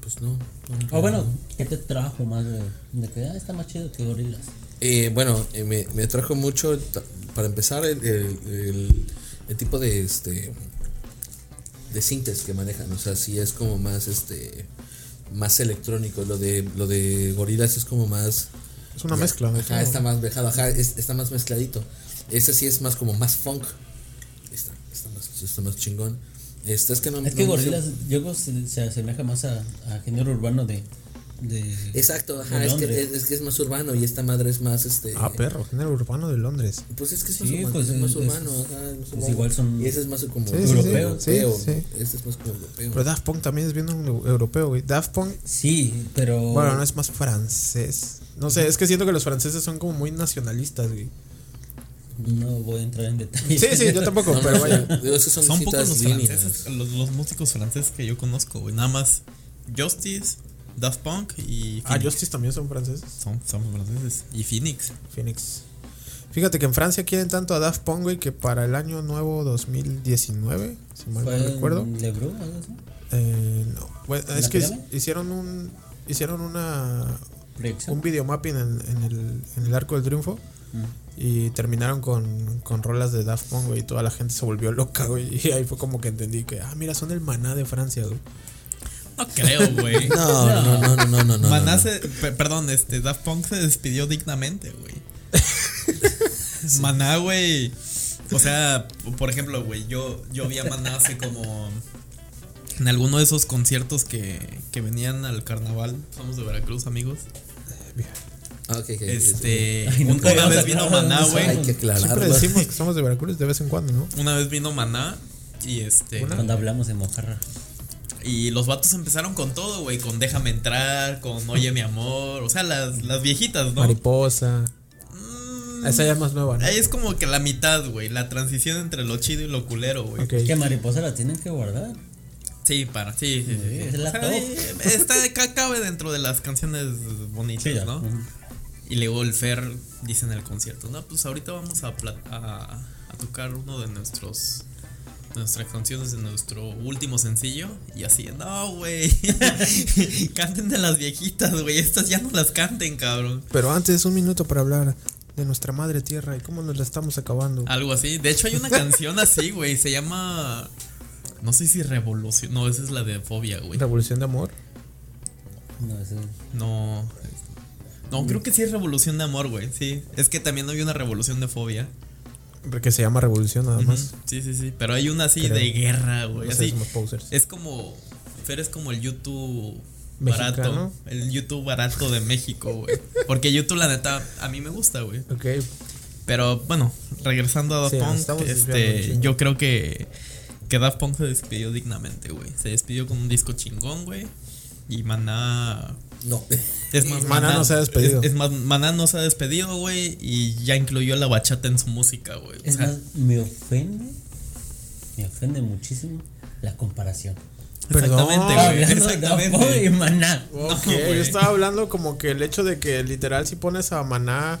[SPEAKER 4] pues no. no.
[SPEAKER 6] O bueno, ¿qué te trajo más de, de que ah, está más chido que Gorilas?
[SPEAKER 4] Eh, bueno, eh, me, me trajo mucho, ta- para empezar, el, el- el- el tipo de este de síntesis que manejan. O sea, sí es como más este más electrónico. Lo de lo de gorilas es como más.
[SPEAKER 3] Es una mezcla. ¿no?
[SPEAKER 4] Ajá, está más dejado, ajá, es- está más mezcladito. Este sí es más como más funk. Está, está más, está más chingón. Este es que no
[SPEAKER 6] Es que
[SPEAKER 4] no-
[SPEAKER 6] Gorilas, yo creo que se, se asemeja más a, a género urbano de. de
[SPEAKER 4] Exacto,
[SPEAKER 6] De
[SPEAKER 4] ajá, es que,
[SPEAKER 6] Londres.
[SPEAKER 4] es, es que es más urbano y esta madre es más este.
[SPEAKER 3] Ah, perro, género urbano de Londres.
[SPEAKER 4] Pues es que es
[SPEAKER 6] Sí,
[SPEAKER 4] más,
[SPEAKER 6] pues,
[SPEAKER 4] es más
[SPEAKER 6] es-
[SPEAKER 4] urbano, ajá,
[SPEAKER 5] pues
[SPEAKER 4] es más urbano.
[SPEAKER 6] igual son-
[SPEAKER 4] Y ese es más como
[SPEAKER 3] Sí, sí, sí,
[SPEAKER 4] europeo.
[SPEAKER 3] sí,
[SPEAKER 4] europeo.
[SPEAKER 3] sí.
[SPEAKER 4] Este es más como europeo.
[SPEAKER 3] Pero Daft Punk también es bien un eu- europeo, güey. Daft Punk,
[SPEAKER 6] sí, pero.
[SPEAKER 3] bueno, no es más francés. No sé, es que siento que los franceses son como muy nacionalistas, güey.
[SPEAKER 6] no voy a entrar en detalle.
[SPEAKER 3] Sí, sí, yo tampoco,
[SPEAKER 4] No, no,
[SPEAKER 3] pero
[SPEAKER 4] no,
[SPEAKER 3] vaya.
[SPEAKER 4] digo, esos son,
[SPEAKER 5] Son
[SPEAKER 4] distintas
[SPEAKER 5] pocos los
[SPEAKER 4] líneas.
[SPEAKER 5] franceses, los, los músicos franceses que yo conozco, güey. Nada más Justice, Daft Punk y Phoenix.
[SPEAKER 3] Ah, Justice también son franceses.
[SPEAKER 5] Son, son franceses. Y Phoenix.
[SPEAKER 3] Phoenix. Fíjate que en Francia quieren tanto a Daft Punk, güey, que para el año nuevo 2019, si mal
[SPEAKER 6] Fue
[SPEAKER 3] no recuerdo.
[SPEAKER 6] en Lebru o algo así.
[SPEAKER 3] Eh, no. Bueno,
[SPEAKER 6] ¿En
[SPEAKER 3] es
[SPEAKER 6] la
[SPEAKER 3] que
[SPEAKER 6] pirámide?
[SPEAKER 3] hicieron un hicieron una
[SPEAKER 6] Proyección.
[SPEAKER 3] un videomapping en, en el, en el Arco del Triunfo
[SPEAKER 6] Mm.
[SPEAKER 3] Y terminaron con, con rolas de Daft Punk, güey. Y toda la gente se volvió loca, güey. Y ahí fue como que entendí que, ah, mira, son el maná de Francia, güey.
[SPEAKER 5] No creo, güey.
[SPEAKER 4] No, no, no, no, no, no. no,
[SPEAKER 5] Maná
[SPEAKER 4] no.
[SPEAKER 5] se- pe- perdón, este, Daft Punk se despidió dignamente, güey. Maná, güey. O sea, por ejemplo, güey, yo, yo vi a Maná hace como. En alguno de esos conciertos que, que venían al carnaval. Somos de Veracruz, amigos.
[SPEAKER 4] Ah, ok, ok.
[SPEAKER 5] Este.
[SPEAKER 6] Ay, no
[SPEAKER 5] un- una
[SPEAKER 6] podemos
[SPEAKER 5] vez vino
[SPEAKER 6] aclarar
[SPEAKER 5] Maná,
[SPEAKER 6] eso.
[SPEAKER 5] güey.
[SPEAKER 4] Hay que
[SPEAKER 3] Siempre
[SPEAKER 4] aclararlo.
[SPEAKER 3] decimos que somos de Veracruz de vez en cuando, ¿no?
[SPEAKER 5] Una vez vino Maná. Y este.
[SPEAKER 6] Cuando hablamos de mojarra.
[SPEAKER 5] Y los vatos empezaron con todo, güey. Con Déjame entrar, con Oye mi amor. O sea, las, las viejitas, ¿no? Mm.
[SPEAKER 3] Mariposa. Esa ya es más nueva, ¿no?
[SPEAKER 5] Ahí es como que la mitad, güey. La transición entre lo chido y lo culero, güey.
[SPEAKER 3] Ok.
[SPEAKER 6] Que mariposa la tienen que guardar.
[SPEAKER 5] Sí, para, sí, sí, sí, sí.
[SPEAKER 6] Es la
[SPEAKER 5] O sea,
[SPEAKER 6] top.
[SPEAKER 5] ahí está, ca- cabe dentro de las canciones bonitas,
[SPEAKER 6] Sí, ya.
[SPEAKER 5] ¿no?
[SPEAKER 6] Ujú.
[SPEAKER 5] Y luego el Fer dice en el concierto, no, pues ahorita vamos a, pla- a, a tocar uno de nuestros nuestras canciones de nuestro último sencillo y así, no, güey. Canten de las viejitas, güey. Estas ya no las canten, cabrón.
[SPEAKER 3] Pero antes, un minuto para hablar de nuestra madre tierra y cómo nos la estamos acabando.
[SPEAKER 5] Algo así. De hecho, hay una canción así, güey. Se llama. No sé si Revolución. No, esa es la de Fobia, güey.
[SPEAKER 3] Revolución de amor.
[SPEAKER 6] No, eso.
[SPEAKER 5] No. No, creo que sí es Revolución de Amor, güey. Sí. Es que también había una Revolución de Fobia.
[SPEAKER 3] Porque se llama Revolución nada más.
[SPEAKER 5] Ujú. Sí, sí, sí. Pero hay una así
[SPEAKER 3] Creo.
[SPEAKER 5] de guerra, güey.
[SPEAKER 3] No sé,
[SPEAKER 5] Así.
[SPEAKER 3] somos posers.
[SPEAKER 5] Es como. Fer es como el YouTube.
[SPEAKER 3] Mexicano.
[SPEAKER 5] Barato, el YouTube barato de México, güey. Porque YouTube, la neta, a mí me gusta, güey.
[SPEAKER 3] Ok,
[SPEAKER 5] Pero bueno, regresando a Daft
[SPEAKER 3] Sí, nos
[SPEAKER 5] Punk,
[SPEAKER 3] estamos desviando un
[SPEAKER 5] este,
[SPEAKER 3] chingo.
[SPEAKER 5] yo creo que, que Daft Punk se despidió dignamente, güey. Se despidió con un disco chingón, güey. Y Maná.
[SPEAKER 4] No.
[SPEAKER 5] Es más,
[SPEAKER 3] Maná no se ha despedido.
[SPEAKER 5] Es, es más, Maná no se ha despedido, güey. Y ya incluyó la bachata en su música, güey. O
[SPEAKER 6] Es
[SPEAKER 5] sea,
[SPEAKER 6] más, me ofende. Me ofende muchísimo la comparación.
[SPEAKER 5] exactamente, güey.
[SPEAKER 6] Hablando de Daft Punk y
[SPEAKER 5] Exactamente.
[SPEAKER 6] Maná.
[SPEAKER 3] Ok,
[SPEAKER 5] güey.
[SPEAKER 3] yo estaba hablando como que el hecho de que literal si pones a Maná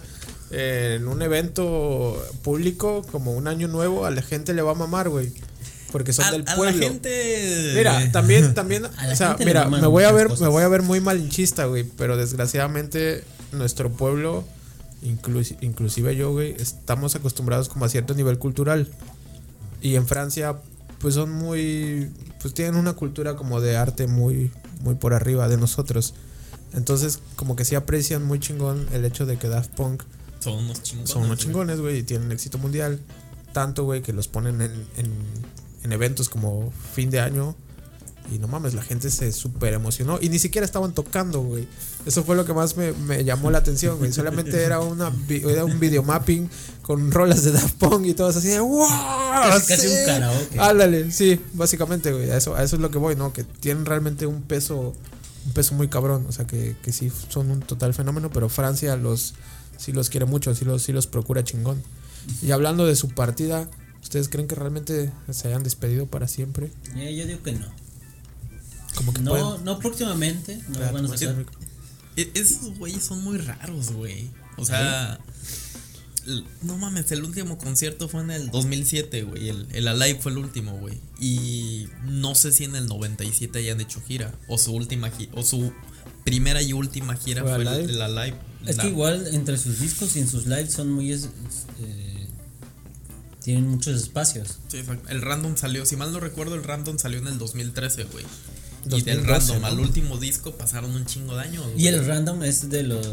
[SPEAKER 3] eh, en un evento público como un año nuevo, a la gente le va a mamar, güey. Porque son
[SPEAKER 5] A,
[SPEAKER 3] del
[SPEAKER 5] a
[SPEAKER 3] pueblo.
[SPEAKER 5] la gente.
[SPEAKER 3] Mira, también, también,
[SPEAKER 6] Eh, A la
[SPEAKER 3] o sea,
[SPEAKER 6] gente le
[SPEAKER 3] mira,
[SPEAKER 6] maman
[SPEAKER 3] me voy a
[SPEAKER 6] muchas
[SPEAKER 3] ver, me
[SPEAKER 6] cosas.
[SPEAKER 3] voy a ver muy malinchista, güey, pero desgraciadamente nuestro pueblo, inclu- inclusive yo, güey, estamos acostumbrados como a cierto nivel cultural. Y en Francia, pues son muy, pues tienen una cultura como de arte muy, muy por arriba de nosotros. Entonces, como que sí aprecian muy chingón el hecho de que Daft Punk
[SPEAKER 5] Son unos chingones.
[SPEAKER 3] son unos
[SPEAKER 5] güey.
[SPEAKER 3] chingones, güey, y tienen éxito mundial. Tanto, güey, que los ponen en, en- en eventos como fin de año. Y no mames, la gente se súper emocionó. Y ni siquiera estaban tocando, güey. Eso fue lo que más me, me llamó la atención, güey. Solamente era, una, vi- era un videomapping con rolas de Daft Punk y todos así de ¡Wow!
[SPEAKER 6] Es
[SPEAKER 3] sí".
[SPEAKER 6] casi un karaoke.
[SPEAKER 3] Ándale, sí, básicamente, güey. A eso, a eso es lo que voy, ¿no? Que tienen realmente un peso, un peso muy cabrón. O sea, que, que sí son un total fenómeno, pero Francia los, sí los quiere mucho, sí los, sí los procura chingón. Y hablando de su partida, ¿ustedes creen que realmente se hayan despedido para siempre?
[SPEAKER 6] Eh, yo digo que no.
[SPEAKER 3] Como que
[SPEAKER 6] No,
[SPEAKER 3] pueden-
[SPEAKER 6] no próximamente. No lo van a sacar.
[SPEAKER 5] E- Esos güeyes son muy raros, güey. O sea,
[SPEAKER 6] ¿Eh?
[SPEAKER 5] l- no mames, el último concierto fue en el 2007, güey. El, el Alive fue el último, güey. Y no sé si en el 97 hayan hecho gira. O su última gi- o su primera y última gira
[SPEAKER 3] ¿Fue
[SPEAKER 5] fue, el-
[SPEAKER 3] Alive?
[SPEAKER 5] el, Alive.
[SPEAKER 6] Es
[SPEAKER 5] La-
[SPEAKER 6] que igual entre sus discos y en sus lives son muy. es- es- eh, tienen muchos espacios.
[SPEAKER 5] Sí, exacto. el random salió, si mal no recuerdo, el random salió en el 2013, güey. Y
[SPEAKER 3] 2012,
[SPEAKER 5] del random
[SPEAKER 3] ¿no?
[SPEAKER 5] al último disco pasaron un chingo de años.
[SPEAKER 6] Y
[SPEAKER 5] güey.
[SPEAKER 6] el random es de los,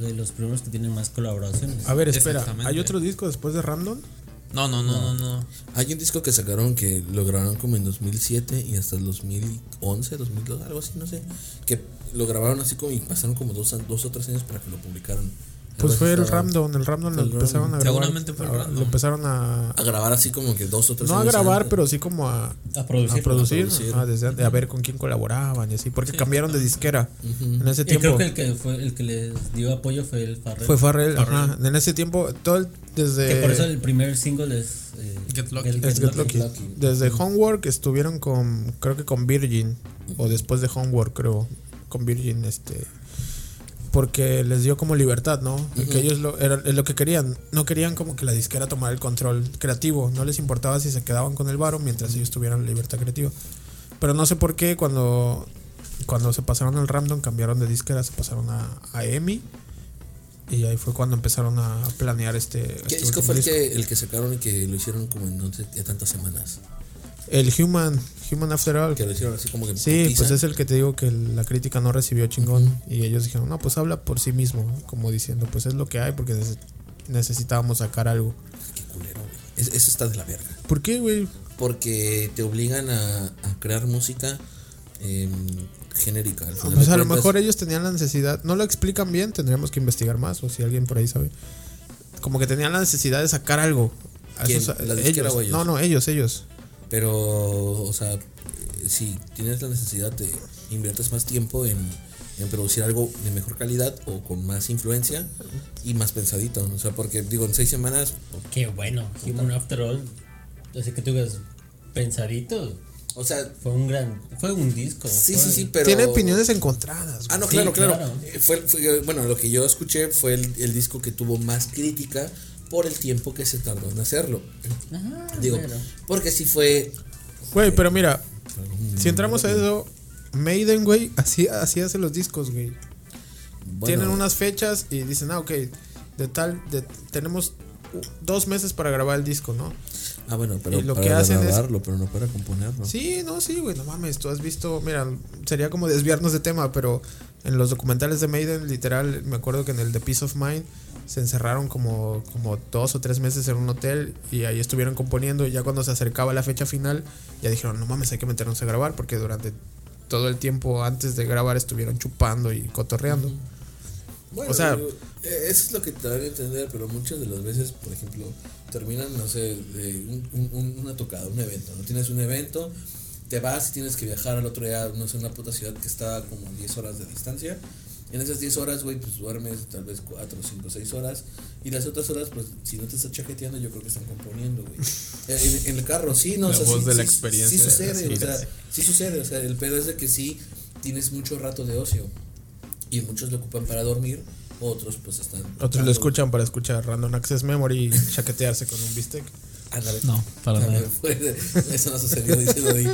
[SPEAKER 6] de los primeros que tienen más colaboraciones.
[SPEAKER 3] A ver, espera,
[SPEAKER 5] Exactamente.
[SPEAKER 3] ¿hay otro disco después de Random?
[SPEAKER 5] No, no, no, no, no.
[SPEAKER 4] Hay un disco que sacaron que lo grabaron como en 2007 y hasta el 2011, 2012, algo así, no sé. Que lo grabaron así como y pasaron como dos, dos o tres años para que lo publicaron.
[SPEAKER 3] Pues
[SPEAKER 4] Algo
[SPEAKER 3] fue
[SPEAKER 4] así
[SPEAKER 3] el
[SPEAKER 4] estaba-
[SPEAKER 3] Random, el Random lo
[SPEAKER 4] Fue el
[SPEAKER 3] empezaron a
[SPEAKER 4] Random.
[SPEAKER 3] grabar.
[SPEAKER 5] Seguramente fue el
[SPEAKER 3] a- Lo
[SPEAKER 5] Random.
[SPEAKER 3] empezaron a...
[SPEAKER 4] A grabar así como que dos o tres
[SPEAKER 3] No a
[SPEAKER 4] años
[SPEAKER 3] grabar,
[SPEAKER 4] antes.
[SPEAKER 3] pero sí como a...
[SPEAKER 6] A producir.
[SPEAKER 3] a producir, Ah,
[SPEAKER 4] a producir.
[SPEAKER 3] ajá, desde antes, a ver con quién colaboraban y así, porque cambiaron de disquera en ese
[SPEAKER 6] Y
[SPEAKER 3] tiempo.
[SPEAKER 6] creo que el que, fue, el que les dio apoyo fue el Farrell.
[SPEAKER 3] Fue Farrell, ajá, en ese tiempo todo el-
[SPEAKER 6] que por eso
[SPEAKER 3] desde
[SPEAKER 6] el primer single es. eh,
[SPEAKER 5] Get Lucky.
[SPEAKER 3] es Get Lucky. desde Homework estuvieron con creo que con Virgin o después de Homework creo con Virgin este porque les dio como libertad, ¿no? Que ellos lo, era, es lo que querían. No querían como que la disquera tomara el control creativo. No les importaba si se quedaban con el varo mientras ellos tuvieran libertad creativa. Pero no sé por qué cuando, cuando se pasaron al random cambiaron de disquera, se pasaron a, a EMI. Y ahí fue cuando empezaron a planear este. este
[SPEAKER 4] ¿Qué disco
[SPEAKER 3] último
[SPEAKER 4] fue el
[SPEAKER 3] disco.
[SPEAKER 4] que, el que sacaron y que lo hicieron como en no sé qué tantas semanas?
[SPEAKER 3] El Human, Human After All.
[SPEAKER 4] Que lo hicieron así como que. en
[SPEAKER 3] Sí,
[SPEAKER 4] putiza.
[SPEAKER 3] pues es el que te digo que la crítica no recibió chingón y ellos dijeron, no, pues habla por sí mismo, como diciendo, pues es lo que hay porque nece- necesitábamos sacar algo.
[SPEAKER 4] Qué culero, güey. Es- eso está de la verga.
[SPEAKER 3] ¿Por qué, güey?
[SPEAKER 4] Pues, Porque te obligan a, a crear música em, genérica. al final
[SPEAKER 3] Pues
[SPEAKER 4] de
[SPEAKER 3] a lo
[SPEAKER 4] cuentas.
[SPEAKER 3] mejor ellos tenían la necesidad, no lo explican bien, tendríamos que investigar más o si alguien por ahí sabe. Como que tenían la necesidad de sacar algo. A
[SPEAKER 4] ¿Quién?
[SPEAKER 3] esos-
[SPEAKER 4] ¿La disquera
[SPEAKER 3] ellos.
[SPEAKER 4] o ellos?
[SPEAKER 3] No, no, ellos, ellos.
[SPEAKER 4] Pero, o sea, eh, si tienes la necesidad de inviertes más tiempo en, en producir algo de mejor calidad o con más influencia y más pensadito. O sea, porque digo, en seis semanas,
[SPEAKER 6] Qué bueno, Human After All. Así que tú digas, pensadito,
[SPEAKER 4] o sea,
[SPEAKER 6] fue un gran. Fue un disco.
[SPEAKER 4] sí,
[SPEAKER 6] fue-
[SPEAKER 4] sí, sí, pero...
[SPEAKER 3] Tiene opiniones encontradas.
[SPEAKER 4] Ah,
[SPEAKER 3] güey.
[SPEAKER 4] no,
[SPEAKER 6] Sí,
[SPEAKER 4] claro, claro.
[SPEAKER 6] claro.
[SPEAKER 4] Eh, Fue, fue- bueno, lo que yo escuché fue el, el disco que tuvo más crítica por el tiempo que se tardó en hacerlo.
[SPEAKER 6] Ajá,
[SPEAKER 4] Digo,
[SPEAKER 6] pero-
[SPEAKER 4] porque si fue...
[SPEAKER 3] Güey, pero mira,
[SPEAKER 4] Mm,
[SPEAKER 3] si entramos a eso, Maiden, güey, así, así hace los discos, güey.
[SPEAKER 4] mm, bueno,
[SPEAKER 3] Tienen unas fechas y dicen, ah, ok, de tal, de, tenemos u- dos meses para grabar el disco, ¿no?
[SPEAKER 4] Ah, bueno, pero
[SPEAKER 3] y lo
[SPEAKER 4] para
[SPEAKER 3] que hacen es-
[SPEAKER 4] grabarlo, pero no para componerlo.
[SPEAKER 3] Sí, no, sí, güey, no mames, tú has visto, mira, sería como desviarnos de tema, pero en los documentales de Maiden, literal, me acuerdo que en el de Peace of Mind se encerraron como, como dos o tres meses en un hotel y ahí estuvieron componiendo y ya cuando se acercaba la fecha final, ya dijeron, no mames, hay que meternos a grabar porque durante todo el tiempo antes de grabar estuvieron chupando y cotorreando.
[SPEAKER 4] Bueno,
[SPEAKER 3] O sea-
[SPEAKER 4] digo, eh, eso es lo que te dan a entender, pero muchas de las veces, por ejemplo, terminan, no sé, de un- un- un- una tocada, un evento, ¿no? Tienes un evento, te vas y tienes que viajar al otro día, no sé, una puta ciudad que está como a 10 horas de distancia. En esas 10 horas, güey, pues duermes tal vez 4, 5, 6 horas. Y las otras horas, pues si no te estás chaqueteando, yo creo que están componiendo, güey. Eh, En, en el carro, sí, no,
[SPEAKER 5] La
[SPEAKER 4] o sea,
[SPEAKER 5] voz
[SPEAKER 4] sí,
[SPEAKER 5] de la
[SPEAKER 4] sí-
[SPEAKER 5] experiencia
[SPEAKER 4] sí
[SPEAKER 5] de las
[SPEAKER 4] sucede, o
[SPEAKER 5] giras.
[SPEAKER 4] sea, sí sucede. O sea, el pedo es de que sí tienes mucho rato de ocio. Y muchos lo ocupan para dormir, otros pues están.
[SPEAKER 3] Otros lo escuchan para escuchar Random Access Memory y chaquetearse con un bistec.
[SPEAKER 4] Ándale.
[SPEAKER 6] No, para
[SPEAKER 4] Ándale,
[SPEAKER 6] nada.
[SPEAKER 4] puede. Eso no sucedió, dice Dodi.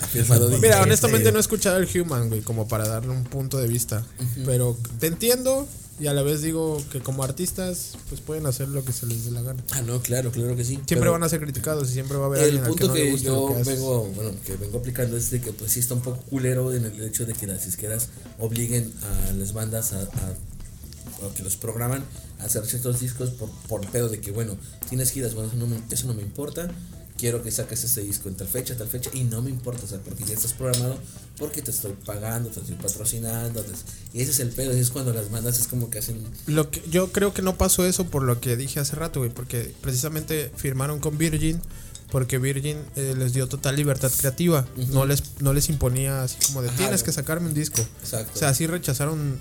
[SPEAKER 4] Afirmado Dodi.
[SPEAKER 3] Mira,
[SPEAKER 4] este,
[SPEAKER 3] honestamente no he escuchado el Human, güey, como para darle un punto de vista. Pero te entiendo y a la vez digo que como artistas, pues pueden hacer lo que se les dé la gana.
[SPEAKER 4] Ah, no, claro, claro que sí.
[SPEAKER 3] Siempre
[SPEAKER 4] pero
[SPEAKER 3] van a ser criticados y siempre va a haber
[SPEAKER 4] El
[SPEAKER 3] alguien al que
[SPEAKER 4] punto
[SPEAKER 3] no
[SPEAKER 4] que,
[SPEAKER 3] le guste lo
[SPEAKER 4] yo
[SPEAKER 3] que haces.
[SPEAKER 4] vengo, bueno, que vengo aplicando es de que pues sí está un poco culero en el hecho de que las disqueras obliguen a las bandas a, a- o que los programan a hacer ciertos discos por, por pedo de que bueno, tienes giras, bueno, eso no me, eso no me importa, quiero que saques este disco en tal fecha, tal fecha, y no me importa, o sea, porque ya estás programado, porque te estoy pagando, te estoy patrocinando, te- y ese es el pedo, y es cuando las bandas es como que hacen...
[SPEAKER 3] Lo que, yo creo que no pasó eso por lo que dije hace rato, güey, porque precisamente firmaron con Virgin porque Virgin eh, les dio total libertad creativa, no les no les imponía así como de
[SPEAKER 4] Ajá,
[SPEAKER 3] tienes
[SPEAKER 4] güey.
[SPEAKER 3] que sacarme un disco.
[SPEAKER 4] Exacto.
[SPEAKER 3] O sea, sí rechazaron,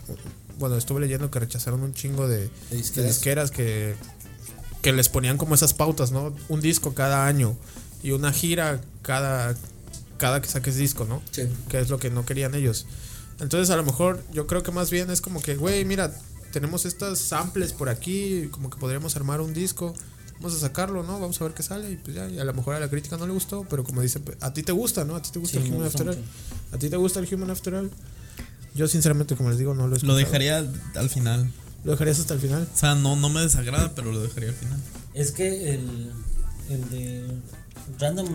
[SPEAKER 3] bueno, estuve leyendo que rechazaron un chingo de,
[SPEAKER 4] De
[SPEAKER 3] de
[SPEAKER 4] disqueras.
[SPEAKER 3] disqueras, que, que les ponían como esas pautas, ¿no? Un disco cada año y una gira cada, cada que saques disco, ¿no?
[SPEAKER 4] Sí.
[SPEAKER 3] Que es lo que no querían ellos. Entonces, a lo mejor, yo creo que más bien es como que, güey, mira, tenemos estas samples por aquí, como que podríamos armar un disco. Vamos a sacarlo, ¿no? Vamos a ver qué sale. Y pues ya, y a lo mejor a la crítica no le gustó, pero como dice, pues, a ti te gusta, ¿no? A ti te gusta
[SPEAKER 6] Sí,
[SPEAKER 3] el
[SPEAKER 6] me
[SPEAKER 3] Human
[SPEAKER 6] gusta
[SPEAKER 3] After All.
[SPEAKER 6] mucho.
[SPEAKER 3] ¿A ti te gusta el Human After All? Yo sinceramente, como les digo, no lo he
[SPEAKER 5] Lo
[SPEAKER 3] escuchado.
[SPEAKER 5] dejaría al final.
[SPEAKER 3] ¿Lo dejarías hasta el final?
[SPEAKER 5] O sea, no, no me desagrada, pero lo dejaría al final.
[SPEAKER 6] Es que el, el de Random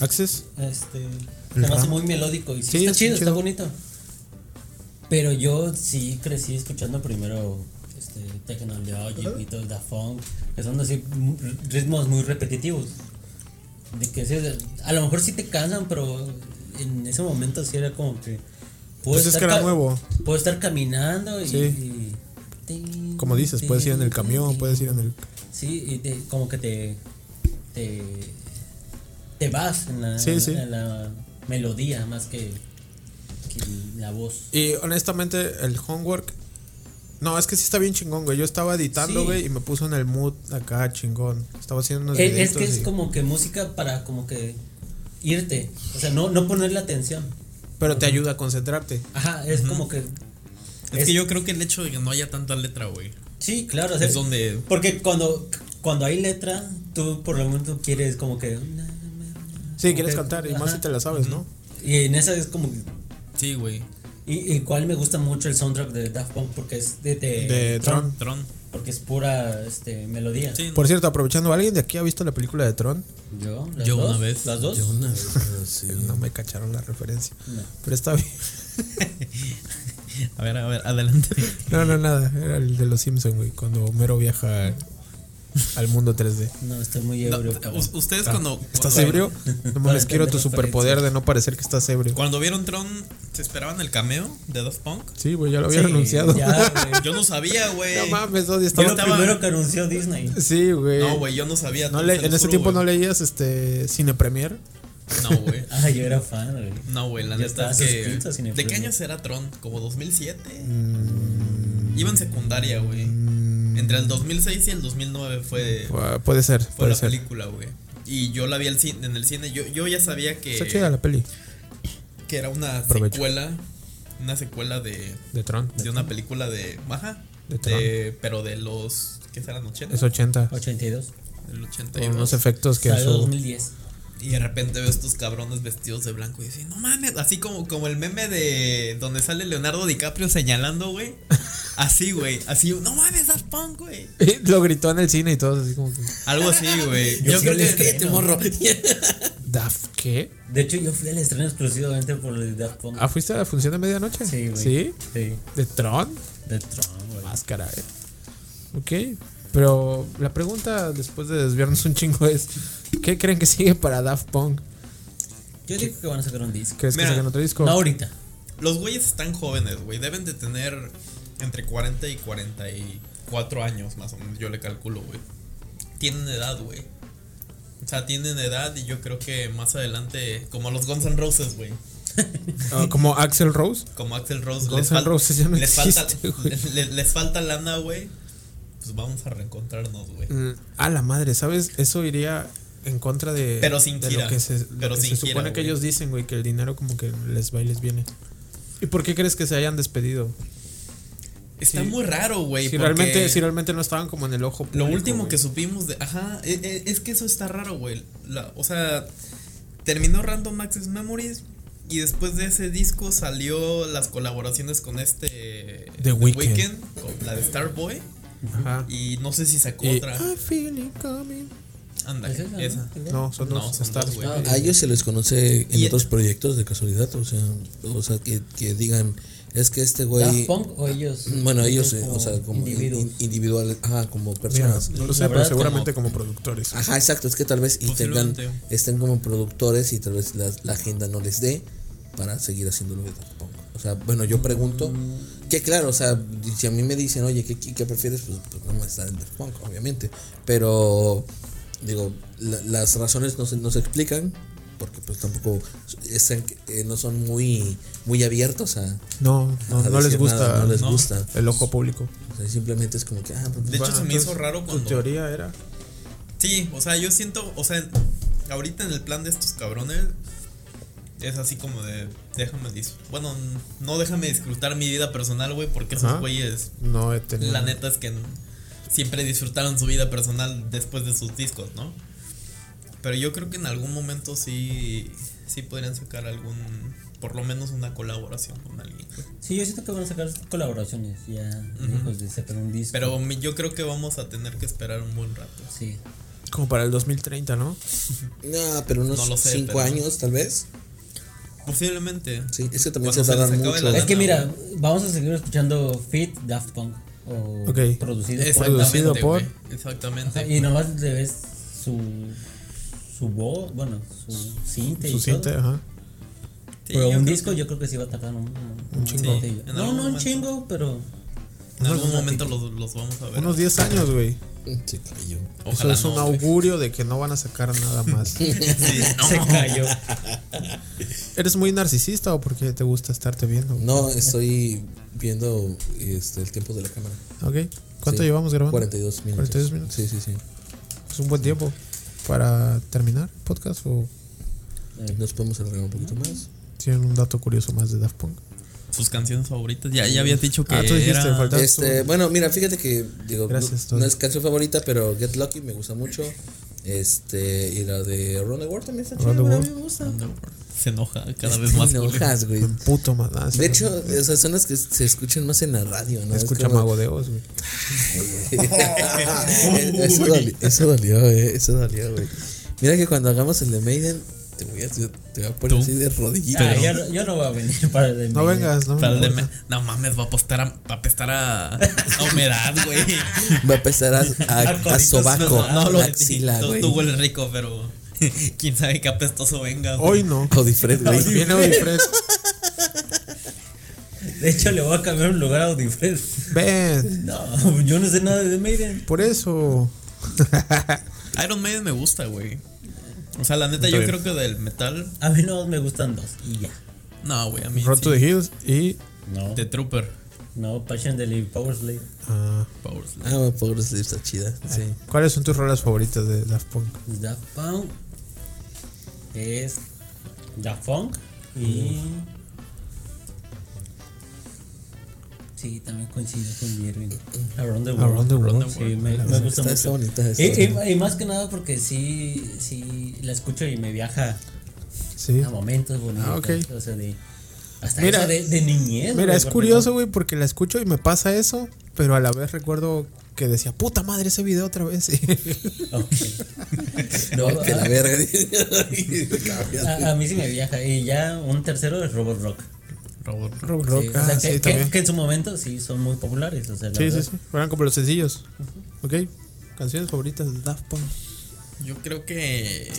[SPEAKER 3] ¿Access?
[SPEAKER 6] este, se
[SPEAKER 3] El
[SPEAKER 6] me hace
[SPEAKER 3] Random.
[SPEAKER 6] muy melódico y sí,
[SPEAKER 3] Sí,
[SPEAKER 6] está
[SPEAKER 3] es
[SPEAKER 6] chido, está
[SPEAKER 3] chido.
[SPEAKER 6] bonito. Pero yo sí crecí escuchando primero este, Techno Logic, Beatles, Da Funk, que son así mu- ritmos muy repetitivos. De que se- a lo mejor sí te cansan, pero en ese momento sí era como que. puedo
[SPEAKER 3] Pues es
[SPEAKER 6] estar
[SPEAKER 3] que era
[SPEAKER 6] ca-
[SPEAKER 3] nuevo.
[SPEAKER 6] Puedo estar caminando y.
[SPEAKER 3] Sí.
[SPEAKER 6] y-
[SPEAKER 3] Como dices, puedes ir en el camión, puedes ir en el...
[SPEAKER 6] Sí, y te- como que te, te. te vas en la,
[SPEAKER 3] Sí, sí.
[SPEAKER 6] en la melodía más que, que la voz.
[SPEAKER 3] Y honestamente, el homework... No, es que sí está bien chingón, güey. Yo estaba editando,
[SPEAKER 6] Sí.
[SPEAKER 3] güey, y me puso en el mood acá, chingón. Estaba haciendo unos
[SPEAKER 6] Es, es
[SPEAKER 3] videitos
[SPEAKER 6] que es
[SPEAKER 3] y-
[SPEAKER 6] como que música para como que irte. O sea, no, no ponerle atención.
[SPEAKER 3] Pero te ayuda a concentrarte.
[SPEAKER 6] Ajá, es como que.
[SPEAKER 5] Es,
[SPEAKER 6] Es-
[SPEAKER 5] que yo creo que el hecho de que no haya tanta letra, güey.
[SPEAKER 6] Sí, claro. o sea,
[SPEAKER 5] Es donde.
[SPEAKER 6] Porque cuando, cuando hay letra, tú por lo menos quieres como que.
[SPEAKER 3] Sí, quieres
[SPEAKER 6] que-
[SPEAKER 3] cantar, y más
[SPEAKER 6] ajá.
[SPEAKER 3] si te la sabes, ¿no?
[SPEAKER 6] Y en esa es como. que-
[SPEAKER 5] Sí, güey.
[SPEAKER 6] Y, y cuál me gusta mucho el soundtrack de Daft Punk porque es de. De,
[SPEAKER 3] De Tron.
[SPEAKER 5] Tron.
[SPEAKER 6] Por- porque es pura este, melodía.
[SPEAKER 5] Sí.
[SPEAKER 3] Por cierto, aprovechando, ¿alguien de aquí ha visto la película de Tron?
[SPEAKER 6] Yo, ¿Las
[SPEAKER 5] Yo
[SPEAKER 6] dos?
[SPEAKER 5] una vez.
[SPEAKER 6] ¿Las dos?
[SPEAKER 4] Yo una vez, pero sí.
[SPEAKER 3] No me cacharon la referencia. Pero está bien.
[SPEAKER 5] A ver, a ver, adelante.
[SPEAKER 3] No, no, nada. Era el de los Simpsons, güey. Cuando Homero viaja al mundo 3D.
[SPEAKER 6] No, estoy muy
[SPEAKER 5] No, eh,
[SPEAKER 6] ebrio. cabrón.
[SPEAKER 5] u- ustedes cuando.
[SPEAKER 3] Ah, ¿Estás
[SPEAKER 5] cuando-
[SPEAKER 3] ebrio? No mames, quiero tu superpoder de no parecer que estás ebrio.
[SPEAKER 5] Cuando vieron Tron, ¿se esperaban el cameo de Daft Punk?
[SPEAKER 3] Sí, güey, ya lo habían
[SPEAKER 6] Sí,
[SPEAKER 3] anunciado.
[SPEAKER 6] Ya, güey.
[SPEAKER 5] Yo no sabía, güey.
[SPEAKER 3] No mames, Dodi,
[SPEAKER 6] Fue
[SPEAKER 3] estaba-
[SPEAKER 6] lo
[SPEAKER 5] estaba-
[SPEAKER 6] primero que anunció Disney.
[SPEAKER 3] Sí, güey.
[SPEAKER 5] No, güey, yo no sabía.
[SPEAKER 3] No
[SPEAKER 5] te
[SPEAKER 3] le-
[SPEAKER 5] lo
[SPEAKER 3] en ese
[SPEAKER 5] juro,
[SPEAKER 3] tiempo no
[SPEAKER 5] güey.
[SPEAKER 3] leías este Cine Premier.
[SPEAKER 5] No, güey.
[SPEAKER 6] Ah, yo era fan, güey.
[SPEAKER 5] No, güey, la
[SPEAKER 6] Ya
[SPEAKER 5] neta
[SPEAKER 6] estaba
[SPEAKER 5] es que.
[SPEAKER 6] suscrito a Cinepolis.
[SPEAKER 5] ¿De qué año será Tron? ¿Como 2007?
[SPEAKER 3] Mm.
[SPEAKER 5] Iba en secundaria, güey. Entre el 2006 y el 2009 fue,
[SPEAKER 3] Pu- Puede ser,
[SPEAKER 5] fue
[SPEAKER 3] puede
[SPEAKER 5] la
[SPEAKER 3] ser.
[SPEAKER 5] película, güey. Y yo la vi al cine, en el cine. Yo, yo ya sabía
[SPEAKER 3] Está chida
[SPEAKER 5] que,
[SPEAKER 3] la peli
[SPEAKER 5] que era una
[SPEAKER 3] Provecho.
[SPEAKER 5] secuela. Una secuela de,
[SPEAKER 3] de Tron.
[SPEAKER 5] de una película de. Ajá.
[SPEAKER 3] De
[SPEAKER 5] de- pero de los. ¿Qué serán? ¿80?
[SPEAKER 3] Es 80.
[SPEAKER 6] 82.
[SPEAKER 5] Del 82.
[SPEAKER 3] Con unos efectos que a
[SPEAKER 6] Salió
[SPEAKER 3] su.
[SPEAKER 6] 2010.
[SPEAKER 5] Y de repente veo estos cabrones vestidos de blanco y dicen, no mames, así como, como el meme de donde sale Leonardo DiCaprio señalando, güey. Así, güey, así, no mames, Daft Punk, güey.
[SPEAKER 3] Lo gritó en el cine y todos así como que.
[SPEAKER 5] Algo así, güey.
[SPEAKER 6] Yo
[SPEAKER 5] Yo,
[SPEAKER 6] sí
[SPEAKER 5] creo
[SPEAKER 6] le
[SPEAKER 5] que
[SPEAKER 6] creo.
[SPEAKER 5] te morro.
[SPEAKER 3] ¿Daf qué?
[SPEAKER 6] De hecho, yo fui al estreno exclusivamente por el Daft Punk.
[SPEAKER 3] ¿Ah, fuiste a la función de medianoche?
[SPEAKER 6] Sí, güey.
[SPEAKER 3] ¿Sí?
[SPEAKER 6] Sí.
[SPEAKER 3] ¿De Tron?
[SPEAKER 6] De Tron, güey.
[SPEAKER 3] Máscara, eh. Ok. Pero la pregunta después de desviarnos un chingo es: ¿Qué creen que sigue para Daft Punk?
[SPEAKER 6] Yo digo que van a sacar un disco.
[SPEAKER 3] ¿Crees
[SPEAKER 5] Mira,
[SPEAKER 3] que saquen otro disco?
[SPEAKER 6] No ahorita.
[SPEAKER 5] Los güeyes están jóvenes, güey. Deben de tener entre 40 y 44 años, más o menos, yo le calculo, güey. Tienen edad, güey. O sea, tienen edad y yo creo que más adelante, como los Guns N' Roses, güey.
[SPEAKER 3] Ah, ¿Como Axel Rose?
[SPEAKER 5] como Axel Rose.
[SPEAKER 3] Guns
[SPEAKER 5] les
[SPEAKER 3] N'
[SPEAKER 5] fal-
[SPEAKER 3] Roses ya no
[SPEAKER 5] les
[SPEAKER 3] existe,
[SPEAKER 5] falta,
[SPEAKER 3] güey.
[SPEAKER 5] le- le- les falta lana, güey. Pues vamos a reencontrarnos, güey.
[SPEAKER 3] Mm, A la madre, ¿sabes? Eso iría en contra de.
[SPEAKER 5] Pero sin
[SPEAKER 3] de
[SPEAKER 5] gira,
[SPEAKER 3] Lo que se, lo
[SPEAKER 5] pero
[SPEAKER 3] que
[SPEAKER 5] sin
[SPEAKER 3] se
[SPEAKER 5] gira,
[SPEAKER 3] supone que
[SPEAKER 5] güey.
[SPEAKER 3] ellos dicen, güey, que el dinero como que les va y les viene. ¿Y por qué crees que se hayan despedido?
[SPEAKER 5] Está
[SPEAKER 3] sí.
[SPEAKER 5] muy raro, güey.
[SPEAKER 3] si,
[SPEAKER 5] porque
[SPEAKER 3] realmente, si realmente no estaban como en el ojo.
[SPEAKER 5] lo
[SPEAKER 3] público,
[SPEAKER 5] último
[SPEAKER 3] güey.
[SPEAKER 5] que supimos de. Ajá, e- e- es que eso está raro, güey. La- O sea, terminó Random Access Memories. Y después de ese disco salió las colaboraciones con este. The
[SPEAKER 3] Weeknd.
[SPEAKER 5] con la de Starboy.
[SPEAKER 3] Ajá.
[SPEAKER 5] Y no sé si sacó
[SPEAKER 3] Y-
[SPEAKER 5] otra.
[SPEAKER 3] I feel it coming.
[SPEAKER 5] Anda,
[SPEAKER 6] ¿Es esa, no?
[SPEAKER 5] esa.
[SPEAKER 3] No, son dos
[SPEAKER 5] No, son
[SPEAKER 3] stars,
[SPEAKER 5] dos, güey.
[SPEAKER 4] A ellos se les conoce en
[SPEAKER 5] Y-
[SPEAKER 4] otros proyectos de casualidad, o sea, o sea que, que digan, es que este
[SPEAKER 6] ¿Daft
[SPEAKER 4] güey...
[SPEAKER 6] Punk o ellos?
[SPEAKER 4] Bueno, ellos, eh,
[SPEAKER 6] como
[SPEAKER 4] o sea, como
[SPEAKER 6] individuos.
[SPEAKER 4] in- individuales, ajá, como
[SPEAKER 3] Mira,
[SPEAKER 4] personas.
[SPEAKER 3] no lo sé,
[SPEAKER 6] La
[SPEAKER 3] pero
[SPEAKER 6] verdad,
[SPEAKER 3] seguramente como,
[SPEAKER 5] Ah,
[SPEAKER 3] productores.
[SPEAKER 4] Ajá, exacto, es que tal vez y tengan,
[SPEAKER 5] Posiblemente.
[SPEAKER 4] estén como productores y tal vez la, la agenda no les dé para seguir haciéndolo de Daft Punk. O sea, bueno, yo pregunto,
[SPEAKER 5] Mm.
[SPEAKER 4] que claro, o sea, si a mí me dicen, oye, ¿qué, qué, qué prefieres? Pues, pues vamos a estar en Daft Punk, obviamente. Pero, digo, la- las razones no se, no se explican, porque pues tampoco es en que- eh, no son muy, muy abiertos a...
[SPEAKER 3] No, no,
[SPEAKER 4] a
[SPEAKER 3] no les
[SPEAKER 4] decir
[SPEAKER 3] gusta.
[SPEAKER 4] nada, no les
[SPEAKER 5] no.
[SPEAKER 4] gusta.
[SPEAKER 3] El ojo público.
[SPEAKER 4] O sea, simplemente es como que, ah, pues,
[SPEAKER 5] De hecho,
[SPEAKER 3] Bueno,
[SPEAKER 5] se me hizo
[SPEAKER 3] entonces,
[SPEAKER 5] raro
[SPEAKER 3] Tu
[SPEAKER 5] cuando.
[SPEAKER 3] teoría era.
[SPEAKER 5] Sí, o sea, yo siento, o sea, ahorita en el plan de estos cabrones es así como de déjame dis- bueno, no déjame disfrutar mi vida personal, güey, porque
[SPEAKER 3] Ajá.
[SPEAKER 5] esos güeyes
[SPEAKER 3] No he tenido.
[SPEAKER 5] la neta es que n- siempre disfrutaron su vida personal después de sus discos, ¿no? Pero yo creo que en algún momento sí sí podrían sacar algún por lo menos una colaboración con alguien. güey.
[SPEAKER 6] Sí, yo siento que van a sacar colaboraciones. Ya, lejos de sacar un disco.
[SPEAKER 5] Pero mi- yo creo que vamos a tener que esperar un buen rato.
[SPEAKER 6] Sí.
[SPEAKER 3] Como para el 2030, ¿no?
[SPEAKER 4] no, pero unos
[SPEAKER 5] No lo sé,
[SPEAKER 4] cinco
[SPEAKER 5] pero-
[SPEAKER 4] años tal vez.
[SPEAKER 5] Posiblemente.
[SPEAKER 4] Sí, es que también
[SPEAKER 5] Cuando
[SPEAKER 4] se
[SPEAKER 5] les
[SPEAKER 4] tardan
[SPEAKER 5] acabe
[SPEAKER 4] mucho.
[SPEAKER 5] la
[SPEAKER 6] Es que
[SPEAKER 5] lana,
[SPEAKER 6] mira, vamos a seguir escuchando Fit Daft Punk. O
[SPEAKER 3] Ok.
[SPEAKER 6] producido
[SPEAKER 5] Exactamente,
[SPEAKER 6] por Daft
[SPEAKER 3] Producido por-
[SPEAKER 5] güey, Exactamente.
[SPEAKER 6] Punk. Y nomás le ves su. Su voz, bueno, su cinte.
[SPEAKER 3] Su
[SPEAKER 6] y
[SPEAKER 3] cinte,
[SPEAKER 6] todo.
[SPEAKER 3] ajá.
[SPEAKER 5] Sí,
[SPEAKER 6] Pero
[SPEAKER 5] yo
[SPEAKER 6] un
[SPEAKER 5] creo
[SPEAKER 6] disco yo creo que sí va a tardar un, un- un
[SPEAKER 5] chingo.
[SPEAKER 6] ratillo.
[SPEAKER 5] Sí, en
[SPEAKER 6] No,
[SPEAKER 5] algún
[SPEAKER 6] no un
[SPEAKER 5] momento.
[SPEAKER 6] chingo, pero.
[SPEAKER 5] En algún momento los, los vamos a ver.
[SPEAKER 3] Unos 10 años, güey.
[SPEAKER 4] Se cayó.
[SPEAKER 3] Eso
[SPEAKER 5] Ojalá
[SPEAKER 3] es un
[SPEAKER 5] no, güey.
[SPEAKER 3] augurio de que no van a sacar nada más.
[SPEAKER 5] Sí, no.
[SPEAKER 6] Se cayó.
[SPEAKER 3] ¿Eres muy narcisista o porque te gusta estarte viendo?
[SPEAKER 4] No, estoy viendo este, el tiempo de la cámara.
[SPEAKER 3] Ok. ¿Cuánto
[SPEAKER 4] Sí,
[SPEAKER 3] llevamos grabando?
[SPEAKER 4] 42 minutos.
[SPEAKER 3] 42 minutos.
[SPEAKER 4] Sí, sí, sí.
[SPEAKER 3] Es un buen tiempo para terminar podcast o
[SPEAKER 4] Nos podemos alargar un poquito más.
[SPEAKER 3] tienen un dato curioso más de Daft Punk.
[SPEAKER 5] Sus canciones favoritas. Ya, ya habías dicho que.
[SPEAKER 3] Ah, tú dijiste,
[SPEAKER 5] era-
[SPEAKER 3] faltaba-
[SPEAKER 4] Este, bueno, mira, fíjate que digo,
[SPEAKER 3] Gracias,
[SPEAKER 4] no,
[SPEAKER 3] Todd.
[SPEAKER 4] no es canción favorita, pero Get Lucky me gusta mucho. Este, y la de Ron the World también está chida.
[SPEAKER 3] Around the
[SPEAKER 4] güey, a mí
[SPEAKER 3] World.
[SPEAKER 4] me gusta.
[SPEAKER 5] se enoja cada vez más.
[SPEAKER 4] Te
[SPEAKER 5] Julio.
[SPEAKER 4] enojas, güey.
[SPEAKER 3] Puto más. ah, sí,
[SPEAKER 4] De hecho, o sea, son las que se escuchan más en la radio, ¿no?
[SPEAKER 3] no
[SPEAKER 4] Es
[SPEAKER 3] escucha
[SPEAKER 4] como-
[SPEAKER 3] Mago de Oz, güey.
[SPEAKER 4] eso, doli- eso dolió, eh, eso dolió, güey. Mira que cuando hagamos el de Maiden, te voy a, te voy a poner
[SPEAKER 5] Tú.
[SPEAKER 4] así de rodillas.
[SPEAKER 6] Ah, yo, no- yo no voy a venir para el de
[SPEAKER 3] No
[SPEAKER 6] mi-
[SPEAKER 3] vengas, no
[SPEAKER 5] Tal de
[SPEAKER 3] vengas.
[SPEAKER 5] me- No mames, va a apostar a, va a apestar a, a humedad, güey.
[SPEAKER 4] Va a empezar a, a, a
[SPEAKER 5] coditos,
[SPEAKER 4] sobaco,
[SPEAKER 5] No, no, lo
[SPEAKER 4] a axila,
[SPEAKER 5] tú,
[SPEAKER 4] güey.
[SPEAKER 5] tú hueles rico, pero quién sabe qué apestoso venga. güey.
[SPEAKER 3] Hoy no.
[SPEAKER 4] Codifred, güey.
[SPEAKER 3] Viene Odifred.
[SPEAKER 6] De hecho, le voy a cambiar un lugar a Audifred.
[SPEAKER 3] Ven.
[SPEAKER 6] No, yo no sé nada de Maiden.
[SPEAKER 3] Por eso.
[SPEAKER 5] Iron Maiden me gusta, güey. O sea, la neta, yo creo que del metal.
[SPEAKER 6] A mí no me gustan dos y ya.
[SPEAKER 5] No, güey, a mí.
[SPEAKER 3] Road
[SPEAKER 5] sí.
[SPEAKER 3] to the Hills y.
[SPEAKER 6] No,
[SPEAKER 5] The Trooper.
[SPEAKER 6] no, Passion Delivery, Power Slave.
[SPEAKER 3] ah,
[SPEAKER 5] Power Slave.
[SPEAKER 4] Ah, bueno, Power Slave está chida. Sí.
[SPEAKER 3] ¿Cuáles son tus rolas favoritas de Daft Punk?
[SPEAKER 6] Daft Punk es Daft Punk y sí también coincido con Irving Around the World,
[SPEAKER 3] Around the World.
[SPEAKER 6] sí me, me gusta
[SPEAKER 4] Está, está
[SPEAKER 6] mucho
[SPEAKER 4] bonita.
[SPEAKER 6] y,
[SPEAKER 4] Está
[SPEAKER 6] y- y más que nada porque sí sí la escucho y me viaja
[SPEAKER 3] Sí.
[SPEAKER 6] a momentos bonitos
[SPEAKER 3] Ah, ok.
[SPEAKER 6] o sea de hasta
[SPEAKER 3] Mira.
[SPEAKER 6] eso de, de niñez
[SPEAKER 3] Mira,
[SPEAKER 6] güey,
[SPEAKER 3] es
[SPEAKER 6] porque
[SPEAKER 3] curioso, güey, porque la escucho y me pasa eso, pero a la vez recuerdo que decía, puta madre, ese video otra vez.
[SPEAKER 6] no- ok. No,
[SPEAKER 4] No, que la
[SPEAKER 6] a,
[SPEAKER 4] verga. Y te cambias.
[SPEAKER 6] a- a mí sí me viaja y ya un tercero es Robot Rock
[SPEAKER 5] Robot.
[SPEAKER 3] Rock,
[SPEAKER 6] Sí,
[SPEAKER 3] rock,
[SPEAKER 6] o sea,
[SPEAKER 3] ah,
[SPEAKER 6] que,
[SPEAKER 3] sí,
[SPEAKER 6] que-
[SPEAKER 3] también.
[SPEAKER 6] que en su momento sí son muy populares. O sea, la
[SPEAKER 3] Sí, sí,
[SPEAKER 6] verdad.
[SPEAKER 3] sí. Eran como los sencillos. Ok. Canciones favoritas de Daft Punk.
[SPEAKER 5] Yo creo que.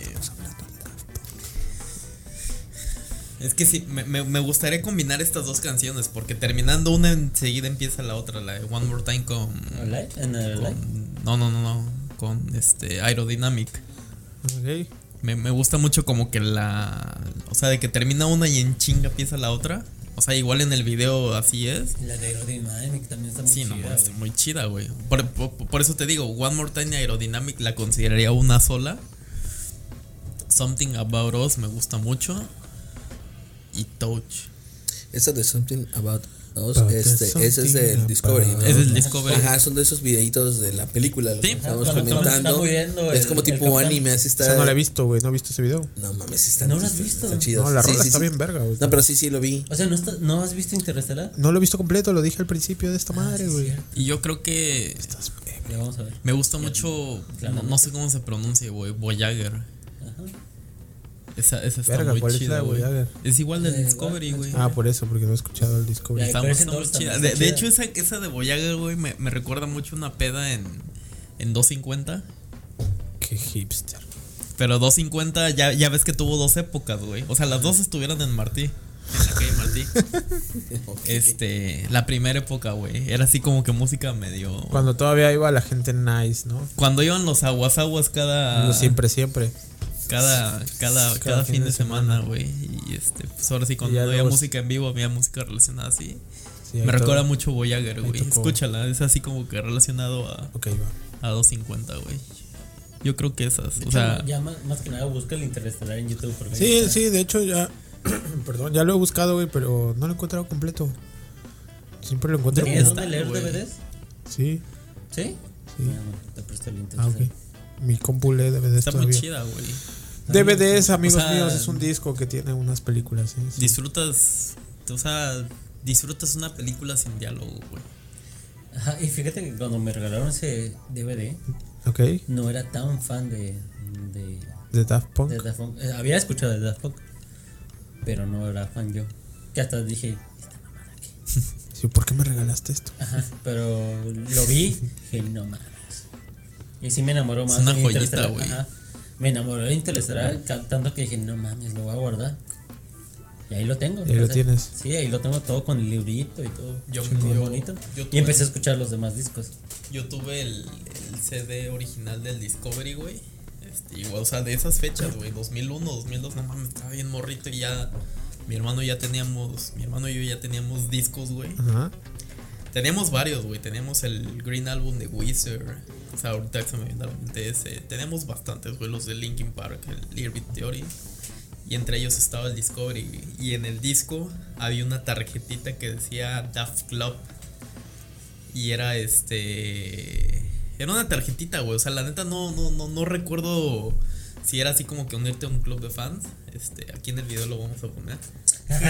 [SPEAKER 5] Es que sí, me, me- me gustaría combinar estas dos canciones, porque terminando una enseguida empieza la otra, la de One More Time con.
[SPEAKER 6] ¿Online? ¿En el online?
[SPEAKER 5] con- no, no, no, no. Con este Aerodynamic.
[SPEAKER 3] Ok.
[SPEAKER 5] Me, me gusta mucho como que la. O sea, de que termina una y en chinga empieza la otra. O sea, igual en el video así es.
[SPEAKER 6] La de Aerodynamic también está muy
[SPEAKER 5] Sí, no,
[SPEAKER 6] chida,
[SPEAKER 5] está
[SPEAKER 6] güey.
[SPEAKER 5] muy chida, güey. Por, por- por eso te digo, One More Time y Aerodynamic la consideraría una sola. Something About Us me gusta mucho. Y Touch.
[SPEAKER 4] Esa de Something About Us,
[SPEAKER 3] About
[SPEAKER 4] este,
[SPEAKER 3] Something
[SPEAKER 4] ese es del
[SPEAKER 3] About
[SPEAKER 4] Discovery, ¿no?
[SPEAKER 5] Es del Discovery.
[SPEAKER 4] Ajá, son de esos videitos de la película, lo que
[SPEAKER 5] Sí.
[SPEAKER 4] estábamos
[SPEAKER 6] Cuando todos
[SPEAKER 4] comentando.
[SPEAKER 6] están muriendo,
[SPEAKER 4] es
[SPEAKER 6] el-
[SPEAKER 4] como
[SPEAKER 6] el
[SPEAKER 4] tipo
[SPEAKER 6] capitán.
[SPEAKER 4] anime, así está.
[SPEAKER 3] Esa no la he visto, güey. No he visto ese video.
[SPEAKER 4] No mames, están
[SPEAKER 6] ¿No la has visto?
[SPEAKER 4] Están chidas.
[SPEAKER 3] No, la rola está bien verga, güey.
[SPEAKER 4] No, pero sí, sí lo vi.
[SPEAKER 6] O sea, ¿no, está- ¿no has visto Interestelar?
[SPEAKER 3] No lo he visto completo, lo dije al principio de esta
[SPEAKER 6] Ah,
[SPEAKER 3] madre, güey.
[SPEAKER 5] Y yo creo que
[SPEAKER 6] Ya vamos a ver.
[SPEAKER 5] me gusta mucho. No, no sé cómo se pronuncia, güey. Voyager. Esa, esa está
[SPEAKER 3] Verga,
[SPEAKER 5] muy
[SPEAKER 3] ¿cuál es la
[SPEAKER 5] chida,
[SPEAKER 3] de
[SPEAKER 5] güey.
[SPEAKER 3] Voyager?
[SPEAKER 5] Es igual del Discovery, güey.
[SPEAKER 3] ah, por eso, porque no he escuchado el Discovery.
[SPEAKER 5] Está-
[SPEAKER 6] Pero ese
[SPEAKER 5] está muy
[SPEAKER 6] dos
[SPEAKER 5] chida.
[SPEAKER 6] también
[SPEAKER 5] De,
[SPEAKER 6] está
[SPEAKER 5] de
[SPEAKER 6] chida.
[SPEAKER 5] hecho, esa, esa de Voyager, güey, me, me recuerda mucho una peda en, en 250.
[SPEAKER 3] Qué hipster.
[SPEAKER 5] Pero 250 ya, ya ves que tuvo dos épocas, güey. O sea, las dos estuvieron en Martí. En la calle Martí. Este, la primera época, güey. Era así como que música medio.
[SPEAKER 3] Cuando todavía iba la gente nice, ¿no?
[SPEAKER 5] Cuando iban los aguas aguas cada,
[SPEAKER 6] Ah.
[SPEAKER 3] Lo Siempre, siempre.
[SPEAKER 5] cada, cada, cada, fin de semana, güey. Y este, pues ahora sí, cuando
[SPEAKER 3] ya
[SPEAKER 5] no había
[SPEAKER 3] luego-
[SPEAKER 5] música en vivo, había música relacionada así.
[SPEAKER 3] Sí, ahí
[SPEAKER 5] Me recuerda
[SPEAKER 3] todo.
[SPEAKER 5] mucho Voyager, güey.
[SPEAKER 3] tocó.
[SPEAKER 5] Escúchala, es así como que relacionado a,
[SPEAKER 3] Ok, va.
[SPEAKER 5] a 250, güey. Yo creo que esas,
[SPEAKER 6] De
[SPEAKER 5] o
[SPEAKER 6] hecho,
[SPEAKER 5] sea,
[SPEAKER 6] ya más, más que nada busca el Interestelar en YouTube. Porque ahí
[SPEAKER 3] Sí,
[SPEAKER 6] está.
[SPEAKER 3] sí, de hecho ya. Perdón, ya lo he buscado, güey, pero no lo he encontrado completo. Siempre lo encuentro.
[SPEAKER 6] ¿Tienes
[SPEAKER 3] como-
[SPEAKER 6] dónde leer
[SPEAKER 5] güey.
[SPEAKER 6] DVDs?
[SPEAKER 3] Sí.
[SPEAKER 6] ¿Sí?
[SPEAKER 3] Sí.
[SPEAKER 6] Ah, bueno, te presto el
[SPEAKER 3] Ah, ok.
[SPEAKER 6] Interestelar.
[SPEAKER 3] Mi compu lee DVDs
[SPEAKER 5] está muy
[SPEAKER 3] todavía.
[SPEAKER 5] chida, güey.
[SPEAKER 3] DVDs, amigos
[SPEAKER 5] O sea,
[SPEAKER 3] míos, es un disco que tiene unas películas. ¿eh? sí, sí.
[SPEAKER 5] Disfrutas, o sea, disfrutas una película sin diálogo, güey.
[SPEAKER 6] Ajá, y fíjate que cuando me regalaron ese DVD,
[SPEAKER 3] Ok.
[SPEAKER 6] no era tan fan de, de,
[SPEAKER 3] De Daft Punk.
[SPEAKER 6] de Daft Punk. Eh, había escuchado de Daft Punk, pero no era fan yo. Que hasta dije,
[SPEAKER 3] Sí, ¿Por qué me regalaste esto?
[SPEAKER 6] Ajá, pero lo vi, dije, no mames. Y sí me enamoró más.
[SPEAKER 5] una
[SPEAKER 6] de
[SPEAKER 5] joyita,
[SPEAKER 6] Interestelar,
[SPEAKER 5] güey.
[SPEAKER 6] ajá. Me enamoró de Interestelar ca- tanto que dije, no mames, lo voy a guardar. Y ahí lo tengo.
[SPEAKER 3] Y ahí lo tienes.
[SPEAKER 6] Sí, ahí lo tengo todo con el librito y todo.
[SPEAKER 5] Yo-
[SPEAKER 6] muy
[SPEAKER 5] yo-
[SPEAKER 6] bonito.
[SPEAKER 5] yo
[SPEAKER 6] y
[SPEAKER 5] tuve-
[SPEAKER 6] empecé a escuchar los demás discos.
[SPEAKER 5] Yo tuve el, el CD original del Discovery, güey. Este, igual, o sea, de esas fechas, güey, 2001, 2002, no mames, estaba bien morrito y ya mi hermano ya teníamos, mi hermano y yo ya teníamos discos, güey.
[SPEAKER 3] Ajá.
[SPEAKER 5] Teníamos varios, güey. Teníamos el Green Album de Wizard. O sea, ahorita se me viene a la mente ese. Teníamos bastantes, güey. Los de Linkin Park, el Earbit Theory. Y entre ellos estaba el Discovery. güey. Y en el disco había una tarjetita que decía Daft Club. Y era este. Era una tarjetita, güey. O sea, la neta no, no, no, no recuerdo si era así como que unirte a un club de fans, este, aquí en el video lo vamos a poner.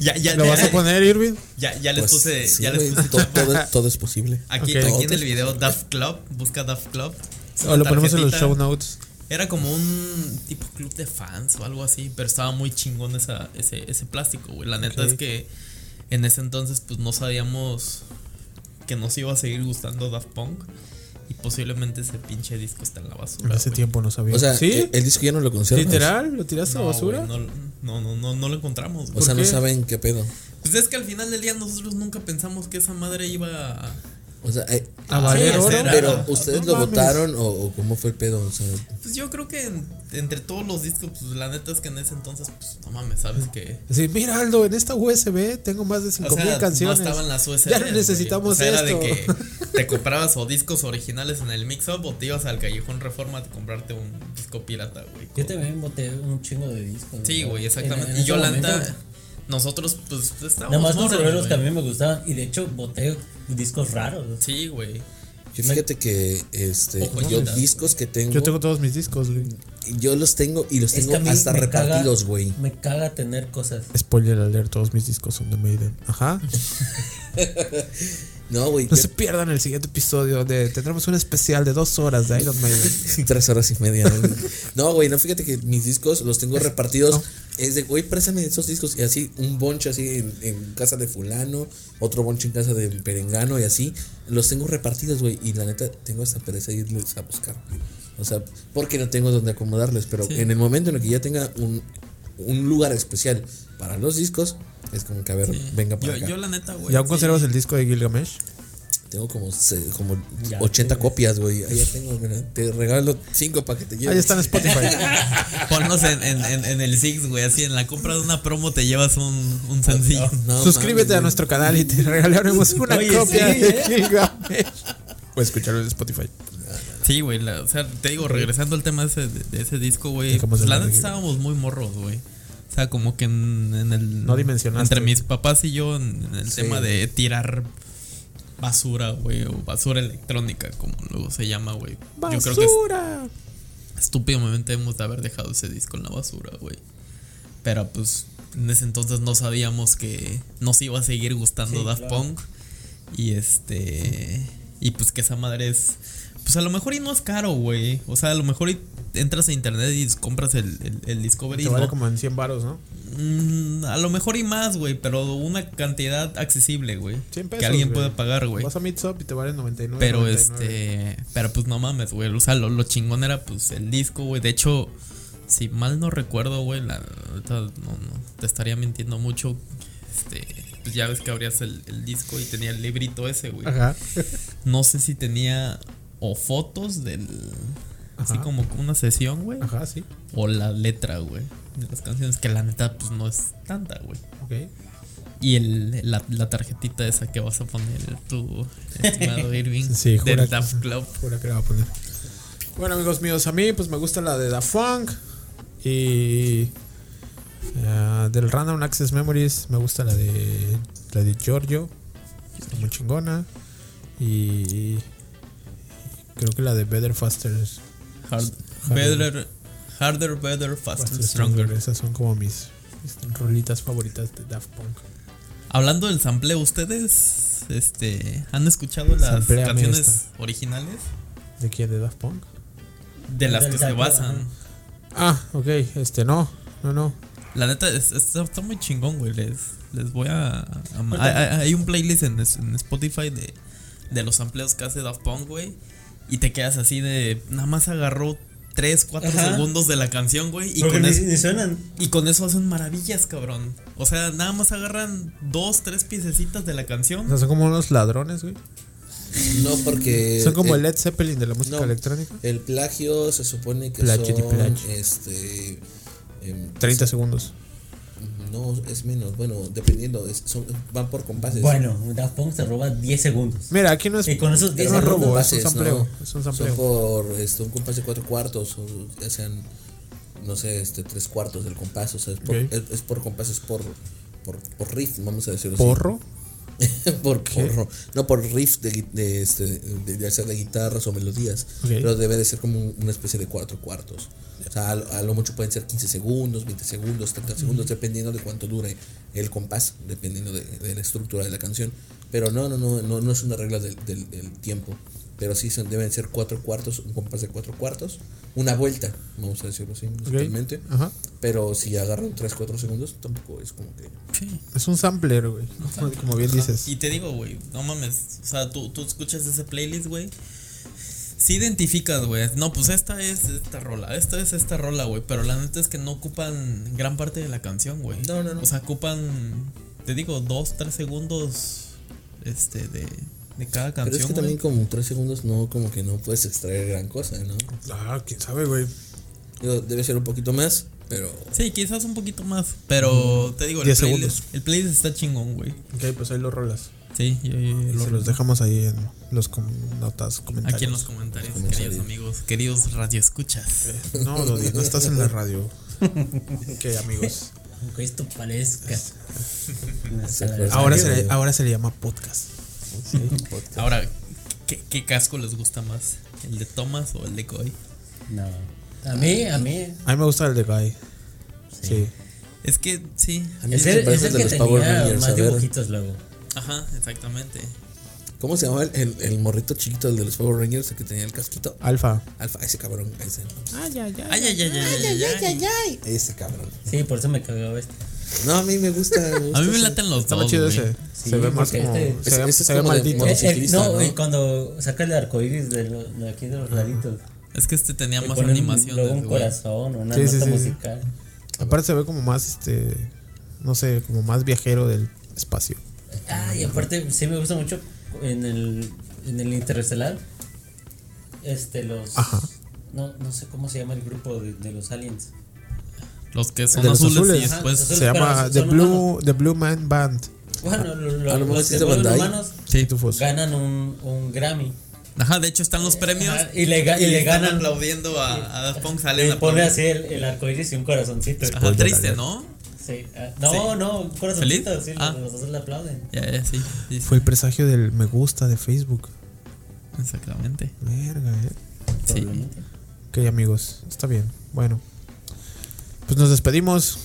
[SPEAKER 5] ya, ya,
[SPEAKER 3] ¿Lo
[SPEAKER 5] ya-
[SPEAKER 3] vas a poner, Irving?
[SPEAKER 5] Ya, ya les
[SPEAKER 4] Pues,
[SPEAKER 5] puse,
[SPEAKER 4] sí,
[SPEAKER 5] ya les
[SPEAKER 4] güey,
[SPEAKER 5] puse
[SPEAKER 4] to-
[SPEAKER 5] chamba.
[SPEAKER 4] todo, todo es posible.
[SPEAKER 5] Aquí,
[SPEAKER 3] Ok.
[SPEAKER 5] aquí en el video Daft Club, busca Daft Club.
[SPEAKER 3] O lo ponemos en los
[SPEAKER 5] Tarjetita.
[SPEAKER 3] show notes.
[SPEAKER 5] Era como un tipo club de fans o algo así, pero estaba muy chingón esa, ese, ese plástico, güey. La neta
[SPEAKER 3] Ok.
[SPEAKER 5] es que en ese entonces pues no sabíamos que nos iba a seguir gustando Daft Punk y posiblemente ese pinche disco está en la
[SPEAKER 3] En ese
[SPEAKER 5] basura. Ah, güey. eh,
[SPEAKER 3] tiempo no sabía.
[SPEAKER 4] O sea,
[SPEAKER 3] ¿Sí?
[SPEAKER 4] el, el disco ya no lo conocieron.
[SPEAKER 3] ¿Literal? ¿Lo tiraste a
[SPEAKER 5] No,
[SPEAKER 3] la basura?
[SPEAKER 5] güey, no, no, no, no, no lo encontramos.
[SPEAKER 4] O
[SPEAKER 5] güey.
[SPEAKER 4] sea, no
[SPEAKER 3] qué?
[SPEAKER 4] saben qué pedo.
[SPEAKER 5] Pues es que al final del día nosotros nunca pensamos que esa madre iba a...
[SPEAKER 4] O sea, eh,
[SPEAKER 3] ¿A valer
[SPEAKER 5] sí,
[SPEAKER 3] oro?
[SPEAKER 5] será.
[SPEAKER 4] pero ustedes
[SPEAKER 3] No
[SPEAKER 4] lo
[SPEAKER 3] mames.
[SPEAKER 4] votaron o, o cómo fue el pedo. O sea,
[SPEAKER 5] Pues yo creo que en- entre todos los discos, pues la neta es que en ese entonces, pues no mames, sabes que.
[SPEAKER 3] Sí, mira Aldo, en esta USB tengo más de
[SPEAKER 5] O
[SPEAKER 3] 5000
[SPEAKER 5] sea,
[SPEAKER 3] canciones.
[SPEAKER 5] no estaban las USBs.
[SPEAKER 3] Ya no
[SPEAKER 5] güey.
[SPEAKER 3] necesitamos
[SPEAKER 5] O sea, era
[SPEAKER 3] esto.
[SPEAKER 5] de que te comprabas o discos originales en el mix-up o te ibas al Callejón Reforma a comprarte un disco pirata, güey.
[SPEAKER 6] Yo también boté un chingo de discos.
[SPEAKER 5] Sí, güey, exactamente.
[SPEAKER 6] En- en
[SPEAKER 5] y yo,
[SPEAKER 6] ese
[SPEAKER 5] la neta,
[SPEAKER 6] momento,
[SPEAKER 5] nosotros, pues estábamos.
[SPEAKER 6] Nada más
[SPEAKER 5] morros,
[SPEAKER 6] conservé los
[SPEAKER 5] güey.
[SPEAKER 6] que a mí me gustaban. Y de hecho, boté discos raros.
[SPEAKER 5] Sí, güey.
[SPEAKER 4] yo fíjate que este,
[SPEAKER 5] Ojo,
[SPEAKER 4] yo
[SPEAKER 5] no.
[SPEAKER 4] discos que tengo,
[SPEAKER 3] Yo tengo todos mis discos, güey.
[SPEAKER 4] yo los tengo y los
[SPEAKER 6] Es
[SPEAKER 4] tengo
[SPEAKER 6] que a mí
[SPEAKER 4] hasta
[SPEAKER 6] me caga-
[SPEAKER 4] repartidos, güey.
[SPEAKER 6] Me caga tener cosas.
[SPEAKER 3] Spoiler alert, todos mis discos son de Maiden. Ajá.
[SPEAKER 4] No, güey.
[SPEAKER 3] No se pierdan el siguiente episodio de tendremos un especial de dos horas de Iron Maiden.
[SPEAKER 4] Tres horas y media. ¿no? No, güey, no, fíjate que mis discos los tengo repartidos. Es de, güey, préstame esos discos. Y así, un bonche así en, en casa de fulano, otro bonche en casa de perengano y así. Los tengo repartidos, güey. Y la neta, tengo hasta pereza de irles a buscar. O sea, porque no tengo donde acomodarles. Pero en el momento en el que ya tenga un, un lugar especial para los discos, es como que, a ver, venga para
[SPEAKER 5] Yo,
[SPEAKER 4] acá.
[SPEAKER 5] yo, la neta,
[SPEAKER 6] Pues
[SPEAKER 5] güey.
[SPEAKER 3] ¿Ya aún
[SPEAKER 5] sí.
[SPEAKER 3] conservas el disco de Gilgamesh?
[SPEAKER 4] Tengo como, se- como 80 copias, güey. Ahí ya tengo, mira, te regalo cinco para que te lleves.
[SPEAKER 3] Ahí está en Spotify.
[SPEAKER 5] Ponlos en, en, en, en el Six, güey. Así en la compra de una promo te llevas un, un sencillo.
[SPEAKER 4] No
[SPEAKER 3] Suscríbete
[SPEAKER 4] mames,
[SPEAKER 3] a nuestro canal y te regalaremos una
[SPEAKER 6] Oye,
[SPEAKER 3] copia
[SPEAKER 6] sí,
[SPEAKER 3] de Gilgamesh. O escucharlo en Spotify.
[SPEAKER 5] Sí, güey, la- o sea, te digo, regresando al tema ese, de, de ese disco, güey,
[SPEAKER 3] Dejamos de
[SPEAKER 5] pues, la
[SPEAKER 3] hablar de
[SPEAKER 5] neta
[SPEAKER 3] Gil.
[SPEAKER 5] estábamos muy morros, güey. O sea, como que en, en el...
[SPEAKER 3] No dimensionaste.
[SPEAKER 5] Entre mis papás y yo, en, en el tema de tirar basura, güey, o basura electrónica, como luego se llama, güey. Yo creo que es-
[SPEAKER 3] ¡Basura!
[SPEAKER 5] estúpidamente hemos de haber dejado ese disco en la basura, güey. Pero pues en ese entonces no sabíamos que nos iba a seguir gustando Daft Punk. Y este. Y pues que esa madre es. Pues a lo mejor y no es caro, güey. O sea, a lo mejor y entras a internet y compras el, el, el Discovery.
[SPEAKER 3] Te vale
[SPEAKER 5] ¿no?
[SPEAKER 3] como en 100 varos, ¿no?
[SPEAKER 5] Mm, a lo mejor y más, güey. Pero una cantidad accesible, güey.
[SPEAKER 3] 100 pesos,
[SPEAKER 5] Que alguien
[SPEAKER 3] güey.
[SPEAKER 5] puede pagar, güey.
[SPEAKER 3] Vas a Mitsop y te vale 99.
[SPEAKER 5] Pero
[SPEAKER 3] 99.
[SPEAKER 5] este. Pero pues no mames, güey. O sea, lo, lo chingón era pues el disco, güey. De hecho, si mal no recuerdo, güey, la neta, no, no, te estaría mintiendo mucho. Este. Pues ya ves que abrías el, el disco y tenía el librito ese, güey.
[SPEAKER 3] Ajá.
[SPEAKER 5] No sé si tenía. O fotos del. Así
[SPEAKER 3] Ajá.
[SPEAKER 5] como una sesión, güey.
[SPEAKER 3] Ajá, sí.
[SPEAKER 5] O la letra, güey. De las canciones. Que la neta, pues no es tanta, güey.
[SPEAKER 3] Ok.
[SPEAKER 5] Y el, la, la tarjetita esa que vas a poner tu estimado Irving
[SPEAKER 3] Sí, jura
[SPEAKER 5] del
[SPEAKER 3] que-
[SPEAKER 5] Daft Club.
[SPEAKER 3] Jura que la va a poner. Bueno, amigos míos, a mí pues me gusta la de Da Funk y eh, del Random Access Memories me gusta la de la de Giorgio, está muy chingona y creo que la de Better Faster
[SPEAKER 5] Hard- better, harder, better, faster,
[SPEAKER 3] Faster,
[SPEAKER 5] stronger.
[SPEAKER 3] esas son como mis, mis rolitas favoritas de Daft Punk.
[SPEAKER 5] Hablando del sampleo, ¿ustedes este, han escuchado las
[SPEAKER 3] Sampléame
[SPEAKER 5] canciones
[SPEAKER 3] esta.
[SPEAKER 5] originales?
[SPEAKER 3] ¿De quién? ¿De Daft Punk?
[SPEAKER 5] De las
[SPEAKER 6] Del
[SPEAKER 5] que se
[SPEAKER 6] sampleo,
[SPEAKER 5] basan.
[SPEAKER 3] Ah, ok, este no, no, no.
[SPEAKER 5] La neta, es- es- está muy chingón, güey. Les, les voy a... a- hay, hay- hay un playlist en, es- en Spotify de, de los sampleos que hace Daft Punk, güey. Y te quedas así de... Nada más agarró 3, 4
[SPEAKER 6] Ajá.
[SPEAKER 5] segundos de la canción, güey. Y
[SPEAKER 6] Porque
[SPEAKER 5] con
[SPEAKER 6] ni,
[SPEAKER 5] eso...
[SPEAKER 6] ni suenan.
[SPEAKER 5] Y con eso hacen maravillas, cabrón. O sea, nada más agarran dos, tres piececitas de la
[SPEAKER 3] O
[SPEAKER 5] canción.
[SPEAKER 3] sea, son como unos ladrones, güey.
[SPEAKER 4] No, porque.
[SPEAKER 3] Son como el
[SPEAKER 4] el,
[SPEAKER 3] Led Zeppelin de la música
[SPEAKER 4] Eh, no.
[SPEAKER 3] electrónica.
[SPEAKER 4] el plagio se supone que
[SPEAKER 3] Plagio y
[SPEAKER 4] son.
[SPEAKER 3] plagio.
[SPEAKER 4] Este. em,
[SPEAKER 3] 30 segundos.
[SPEAKER 4] No, es menos. Bueno, dependiendo. es- son- van por compases.
[SPEAKER 6] Bueno, Daft Punk se roba 10 segundos.
[SPEAKER 3] Mira, aquí no es,
[SPEAKER 6] Y con
[SPEAKER 3] no
[SPEAKER 6] esos
[SPEAKER 3] es
[SPEAKER 6] 10 segundos
[SPEAKER 3] robo, es un
[SPEAKER 4] compases,
[SPEAKER 3] sampleo.
[SPEAKER 4] ¿no?
[SPEAKER 3] Es un
[SPEAKER 4] Son
[SPEAKER 3] sampleo.
[SPEAKER 4] por este, un compás de cuatro cuartos. O ya sean. No sé, este, tres cuartos del compás. O sea, es por,
[SPEAKER 3] Ok.
[SPEAKER 4] es, es por compás, es por, por, por riff, vamos a decirlo así.
[SPEAKER 3] ¿Porro?
[SPEAKER 4] por, por- no por riff de, gui- de, este, de, de hacer de guitarras o melodías,
[SPEAKER 3] Ok.
[SPEAKER 4] pero debe de ser como un- una especie de cuatro cuartos. O sea, a, lo- a lo mucho pueden ser 15 segundos, 20 segundos, 30 segundos, dependiendo de cuánto dure el compás, dependiendo de, de la estructura de la canción. Pero no, no, no, no, no es una regla del, del- del tiempo. Pero sí son- deben ser cuatro cuartos, un compás de cuatro cuartos, una vuelta, vamos a decirlo así, musicalmente.
[SPEAKER 3] Ajá.
[SPEAKER 4] Pero si agarran 3, 4 segundos, tampoco es como que...
[SPEAKER 3] Es un sampler, güey. Como, como bien dices.
[SPEAKER 5] Y te digo, güey, no mames. O sea, tú, tú escuchas ese playlist, güey. Sí identificas, güey. No, pues esta es esta rola, esta es esta rola, güey. Pero la neta es que no ocupan gran parte de la canción, güey.
[SPEAKER 4] No, no, no.
[SPEAKER 5] O sea, ocupan, te digo, dos, tres segundos este, de, de cada
[SPEAKER 4] Pero es
[SPEAKER 5] canción.
[SPEAKER 4] que
[SPEAKER 5] güey.
[SPEAKER 4] también como tres segundos no, como que no puedes extraer gran cosa, ¿no?
[SPEAKER 3] Ah, quién sabe, güey.
[SPEAKER 4] Digo, Debe ser un poquito más, pero...
[SPEAKER 5] Sí, quizás un poquito más.
[SPEAKER 4] Mm,
[SPEAKER 5] Pero te digo, el
[SPEAKER 3] Diez
[SPEAKER 5] playlist,
[SPEAKER 3] segundos.
[SPEAKER 5] el playlist está chingón, güey.
[SPEAKER 3] Ok, pues ahí los rolas.
[SPEAKER 5] Sí, yo- yo- yo-
[SPEAKER 3] Se los dejamos ahí en los com- notas, comentarios.
[SPEAKER 5] aquí en los comentarios,
[SPEAKER 4] Comentarios.
[SPEAKER 5] queridos amigos, queridos radioescuchas.
[SPEAKER 3] No, Dodi, no estás en la radio. ok, amigos.
[SPEAKER 6] Aunque esto parezca.
[SPEAKER 4] se acuerda.
[SPEAKER 3] Ahora se, le, ahora se le llama podcast.
[SPEAKER 5] Ahora, ¿qué, qué casco les gusta más? ¿El de Thomas o el de Coy?
[SPEAKER 6] No. A mí, a mí.
[SPEAKER 3] A mí me gusta el de Guy. Sí.
[SPEAKER 5] Es que sí.
[SPEAKER 4] A mí
[SPEAKER 6] Es
[SPEAKER 4] sí me
[SPEAKER 6] el, es
[SPEAKER 4] parece
[SPEAKER 6] el
[SPEAKER 4] de
[SPEAKER 6] que
[SPEAKER 4] los
[SPEAKER 6] tenía
[SPEAKER 4] Power Rangers, a
[SPEAKER 6] más
[SPEAKER 4] ver,
[SPEAKER 6] dibujitos luego.
[SPEAKER 5] Ajá, exactamente.
[SPEAKER 4] ¿Cómo se llamaba el, el, el morrito chiquito, el de los Power Rangers, el que tenía el casquito?
[SPEAKER 3] Alfa.
[SPEAKER 4] Alfa, ese cabrón, ese,
[SPEAKER 5] Ay, ay, ay, ay, ay, ay, ay.
[SPEAKER 4] ese cabrón.
[SPEAKER 6] Sí, por eso me cagaba este.
[SPEAKER 4] No, a mí me gusta. me gusta
[SPEAKER 5] A mí me
[SPEAKER 4] ese.
[SPEAKER 5] laten los
[SPEAKER 3] Está más
[SPEAKER 5] dos.
[SPEAKER 3] chido
[SPEAKER 5] güey.
[SPEAKER 3] ese.
[SPEAKER 6] Sí,
[SPEAKER 3] se ve más
[SPEAKER 6] porque
[SPEAKER 3] como.
[SPEAKER 6] este-
[SPEAKER 3] se ve,
[SPEAKER 4] ese es
[SPEAKER 3] se ve
[SPEAKER 4] como de
[SPEAKER 3] maldito.
[SPEAKER 4] moda.
[SPEAKER 6] Eh, eh,
[SPEAKER 4] ciclista,
[SPEAKER 6] no,
[SPEAKER 4] ¿no?
[SPEAKER 6] y cuando saca el arcoíris de, lo- de aquí de los laditos.
[SPEAKER 5] Es que este tenía
[SPEAKER 6] le
[SPEAKER 5] más
[SPEAKER 6] ponen
[SPEAKER 5] animación.
[SPEAKER 6] Luego un
[SPEAKER 5] güey.
[SPEAKER 6] corazón, una
[SPEAKER 3] Sí,
[SPEAKER 6] nota
[SPEAKER 3] sí, sí, sí.
[SPEAKER 6] musical.
[SPEAKER 3] Aparte se ve como más este. No sé, como más viajero del espacio.
[SPEAKER 6] Ah, y aparte, sí me gusta mucho en el, en el Interestelar. Este, los.
[SPEAKER 3] Ajá.
[SPEAKER 6] No, no sé cómo se llama el grupo de, de los aliens.
[SPEAKER 5] Los que son
[SPEAKER 3] de los
[SPEAKER 5] azules,
[SPEAKER 3] azules.
[SPEAKER 5] y
[SPEAKER 3] Ajá,
[SPEAKER 5] después.
[SPEAKER 6] los
[SPEAKER 3] se
[SPEAKER 6] pero
[SPEAKER 3] llama
[SPEAKER 6] son-
[SPEAKER 3] The
[SPEAKER 6] son
[SPEAKER 3] Blue, The Blue Man Band.
[SPEAKER 6] Bueno, lo- lo-
[SPEAKER 4] a lo mejor
[SPEAKER 6] los
[SPEAKER 4] sí
[SPEAKER 6] que
[SPEAKER 4] es de
[SPEAKER 6] fueron
[SPEAKER 4] Ah, Bandai.
[SPEAKER 6] humanos
[SPEAKER 3] Sí. Pitufos.
[SPEAKER 6] ganan un, un Grammy.
[SPEAKER 5] Ajá, de hecho están los premios.
[SPEAKER 6] Ajá, y le ga- y le
[SPEAKER 5] están
[SPEAKER 6] ganan.
[SPEAKER 5] aplaudiendo a, a Daft Punk. Salen
[SPEAKER 6] Le pone
[SPEAKER 5] aplaudiendo.
[SPEAKER 6] así el, el arcoíris y un corazoncito.
[SPEAKER 5] Ajá, triste, ¿no?
[SPEAKER 6] Sí. ah, No,
[SPEAKER 5] Sí.
[SPEAKER 6] no, un corazoncito.
[SPEAKER 5] ¿Feliz?
[SPEAKER 6] Sí,
[SPEAKER 5] Ah.
[SPEAKER 6] los, los dos le aplauden.
[SPEAKER 5] Ya, ya, sí. sí, sí.
[SPEAKER 3] Fue el presagio del me gusta de Facebook.
[SPEAKER 5] Exactamente.
[SPEAKER 3] Verga, eh.
[SPEAKER 5] Sí.
[SPEAKER 6] probablemente.
[SPEAKER 3] Ok, amigos, está bien. Bueno, pues nos despedimos.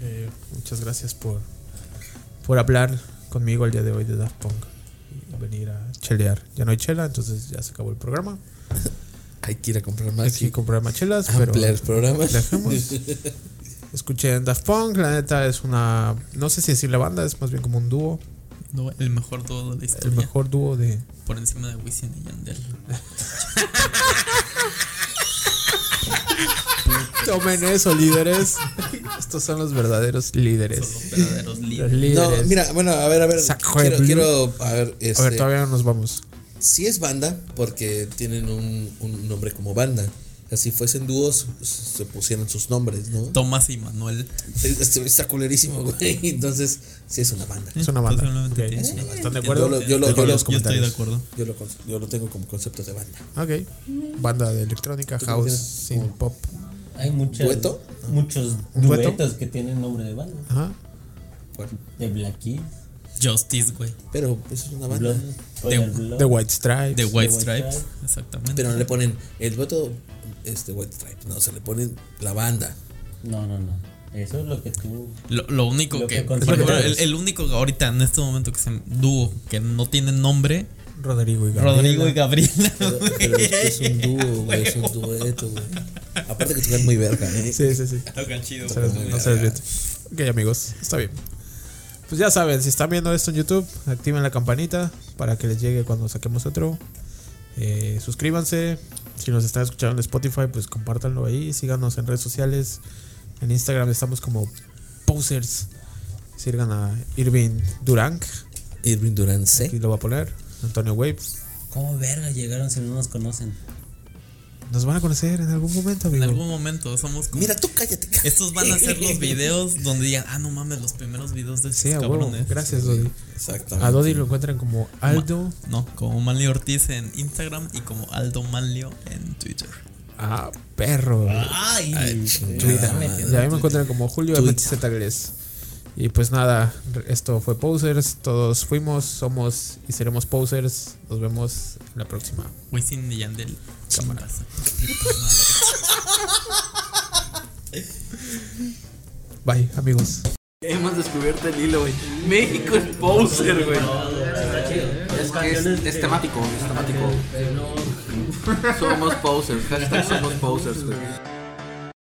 [SPEAKER 3] Eh, muchas gracias por, por hablar conmigo el día de hoy de Daft Punk y venir a chelear. Ya no hay chela, entonces ya se acabó el programa.
[SPEAKER 4] Hay que ir a comprar
[SPEAKER 3] Hay
[SPEAKER 4] más.
[SPEAKER 3] que comprar más chelas, pero
[SPEAKER 4] ampliar el programa.
[SPEAKER 3] dejemos. Escuchen Daft Punk, la neta es una. No sé si decirle banda, es más bien como un dúo.
[SPEAKER 5] No, el mejor todo de la
[SPEAKER 3] El
[SPEAKER 5] historia.
[SPEAKER 3] mejor dúo de.
[SPEAKER 5] Por encima de Wisin y Yandel.
[SPEAKER 3] Tomen eso, líderes. Estos son los verdaderos líderes.
[SPEAKER 5] Los verdaderos
[SPEAKER 3] Los
[SPEAKER 5] líderes.
[SPEAKER 4] No,
[SPEAKER 3] líderes.
[SPEAKER 4] mira, bueno, a ver, a ver.
[SPEAKER 3] Saco de
[SPEAKER 4] Quiero,
[SPEAKER 3] Blue.
[SPEAKER 4] quiero- a ver, este,
[SPEAKER 3] a ver, todavía no nos vamos.
[SPEAKER 4] Sí es banda, porque tienen un, un nombre como banda. O sea, Si fuesen dúos, se pusieran sus nombres, ¿no?
[SPEAKER 5] Tomás y Manuel.
[SPEAKER 4] Este, Está culerísimo, güey. Entonces, sí es una banda.
[SPEAKER 3] Es una banda.
[SPEAKER 5] Totalmente
[SPEAKER 3] Ok.
[SPEAKER 5] tiene-
[SPEAKER 3] ¿Están de
[SPEAKER 4] Yo
[SPEAKER 3] acuerdo?
[SPEAKER 4] lo, yo lo- yo
[SPEAKER 3] Dejo en
[SPEAKER 4] lo-
[SPEAKER 3] los
[SPEAKER 5] Yo estoy de
[SPEAKER 3] comentarios.
[SPEAKER 5] acuerdo.
[SPEAKER 4] yo lo con- yo lo tengo como concepto de banda.
[SPEAKER 3] Ok. Banda de electrónica,
[SPEAKER 4] no
[SPEAKER 3] house,
[SPEAKER 4] tienes
[SPEAKER 3] sin pop.
[SPEAKER 6] Hay muchos,
[SPEAKER 4] ¿Dueto?
[SPEAKER 6] muchos
[SPEAKER 3] ¿Un dueto?
[SPEAKER 6] duetos que tienen nombre de banda.
[SPEAKER 3] Ajá.
[SPEAKER 4] Bueno,
[SPEAKER 6] De Black Keys,
[SPEAKER 5] Justice, güey.
[SPEAKER 4] pero pues es una banda.
[SPEAKER 6] Blood, Royal Blood.
[SPEAKER 3] The White Stripes.
[SPEAKER 5] De White
[SPEAKER 6] White
[SPEAKER 5] Stripes.
[SPEAKER 6] Stripes.
[SPEAKER 5] Exactamente.
[SPEAKER 4] Pero no le ponen el voto este White Stripe, no, se le ponen la banda.
[SPEAKER 6] No, no, no. Eso es lo que tú.
[SPEAKER 5] lo, lo único
[SPEAKER 6] Lo
[SPEAKER 5] que.
[SPEAKER 6] que
[SPEAKER 5] por
[SPEAKER 6] consideras.
[SPEAKER 5] ejemplo, el, el único que ahorita en este momento que se dúo que no tiene nombre.
[SPEAKER 3] Rodrigo y Gabriel.
[SPEAKER 5] Rodrigo y Gabriela.
[SPEAKER 4] Pero, pero es que es un dúo, güey, es un dueto, güey. Aparte que tocan muy verga, ¿eh?
[SPEAKER 3] Sí, sí, sí.
[SPEAKER 5] Tocan chido.
[SPEAKER 3] Se les- no se les vierte. Ok, amigos. Está bien. Pues ya saben, si están viendo esto en YouTube, activen la campanita para que les llegue cuando saquemos otro. Eh, suscríbanse. Si nos están escuchando en Spotify, pues compártanlo ahí. Síganos en redes sociales. En Instagram estamos como posers. Sirgan a Irving Durank.
[SPEAKER 4] Irving Durán
[SPEAKER 3] Aquí
[SPEAKER 4] C.
[SPEAKER 3] lo va a poner. Antonio Wave.
[SPEAKER 6] ¿Cómo verga llegaron si no nos conocen?
[SPEAKER 3] Nos van a conocer en algún momento,
[SPEAKER 5] En
[SPEAKER 3] amigo.
[SPEAKER 5] algún momento somos. como-
[SPEAKER 4] Mira, tú cállate, cállate.
[SPEAKER 5] Estos van a ser los videos donde digan, ah, no mames, los primeros videos de estos
[SPEAKER 3] Sí, a huevo.
[SPEAKER 5] cabrones.
[SPEAKER 3] Gracias, Dodi.
[SPEAKER 4] Exactamente.
[SPEAKER 3] A Dodi lo encuentran como Aldo.
[SPEAKER 5] No, como Manlio Ortiz en Instagram y como Aldo Manlio en Twitter.
[SPEAKER 3] Ah, perro.
[SPEAKER 6] ¡Ay!
[SPEAKER 3] Este, Twitter. Y a mí Ah, me encuentran como Julio
[SPEAKER 4] Twitter.
[SPEAKER 3] MTZ Gles. Y pues nada, esto fue Posers. Todos fuimos, somos y seremos Posers. Nos vemos en la próxima.
[SPEAKER 5] Wisin y Yandel. Cámaras.
[SPEAKER 3] Bye, amigos.
[SPEAKER 1] Hemos descubierto el hilo, güey. México es poser, güey. Es que es, es temático, es temático. Somos posers, hashtag somos posers, güey.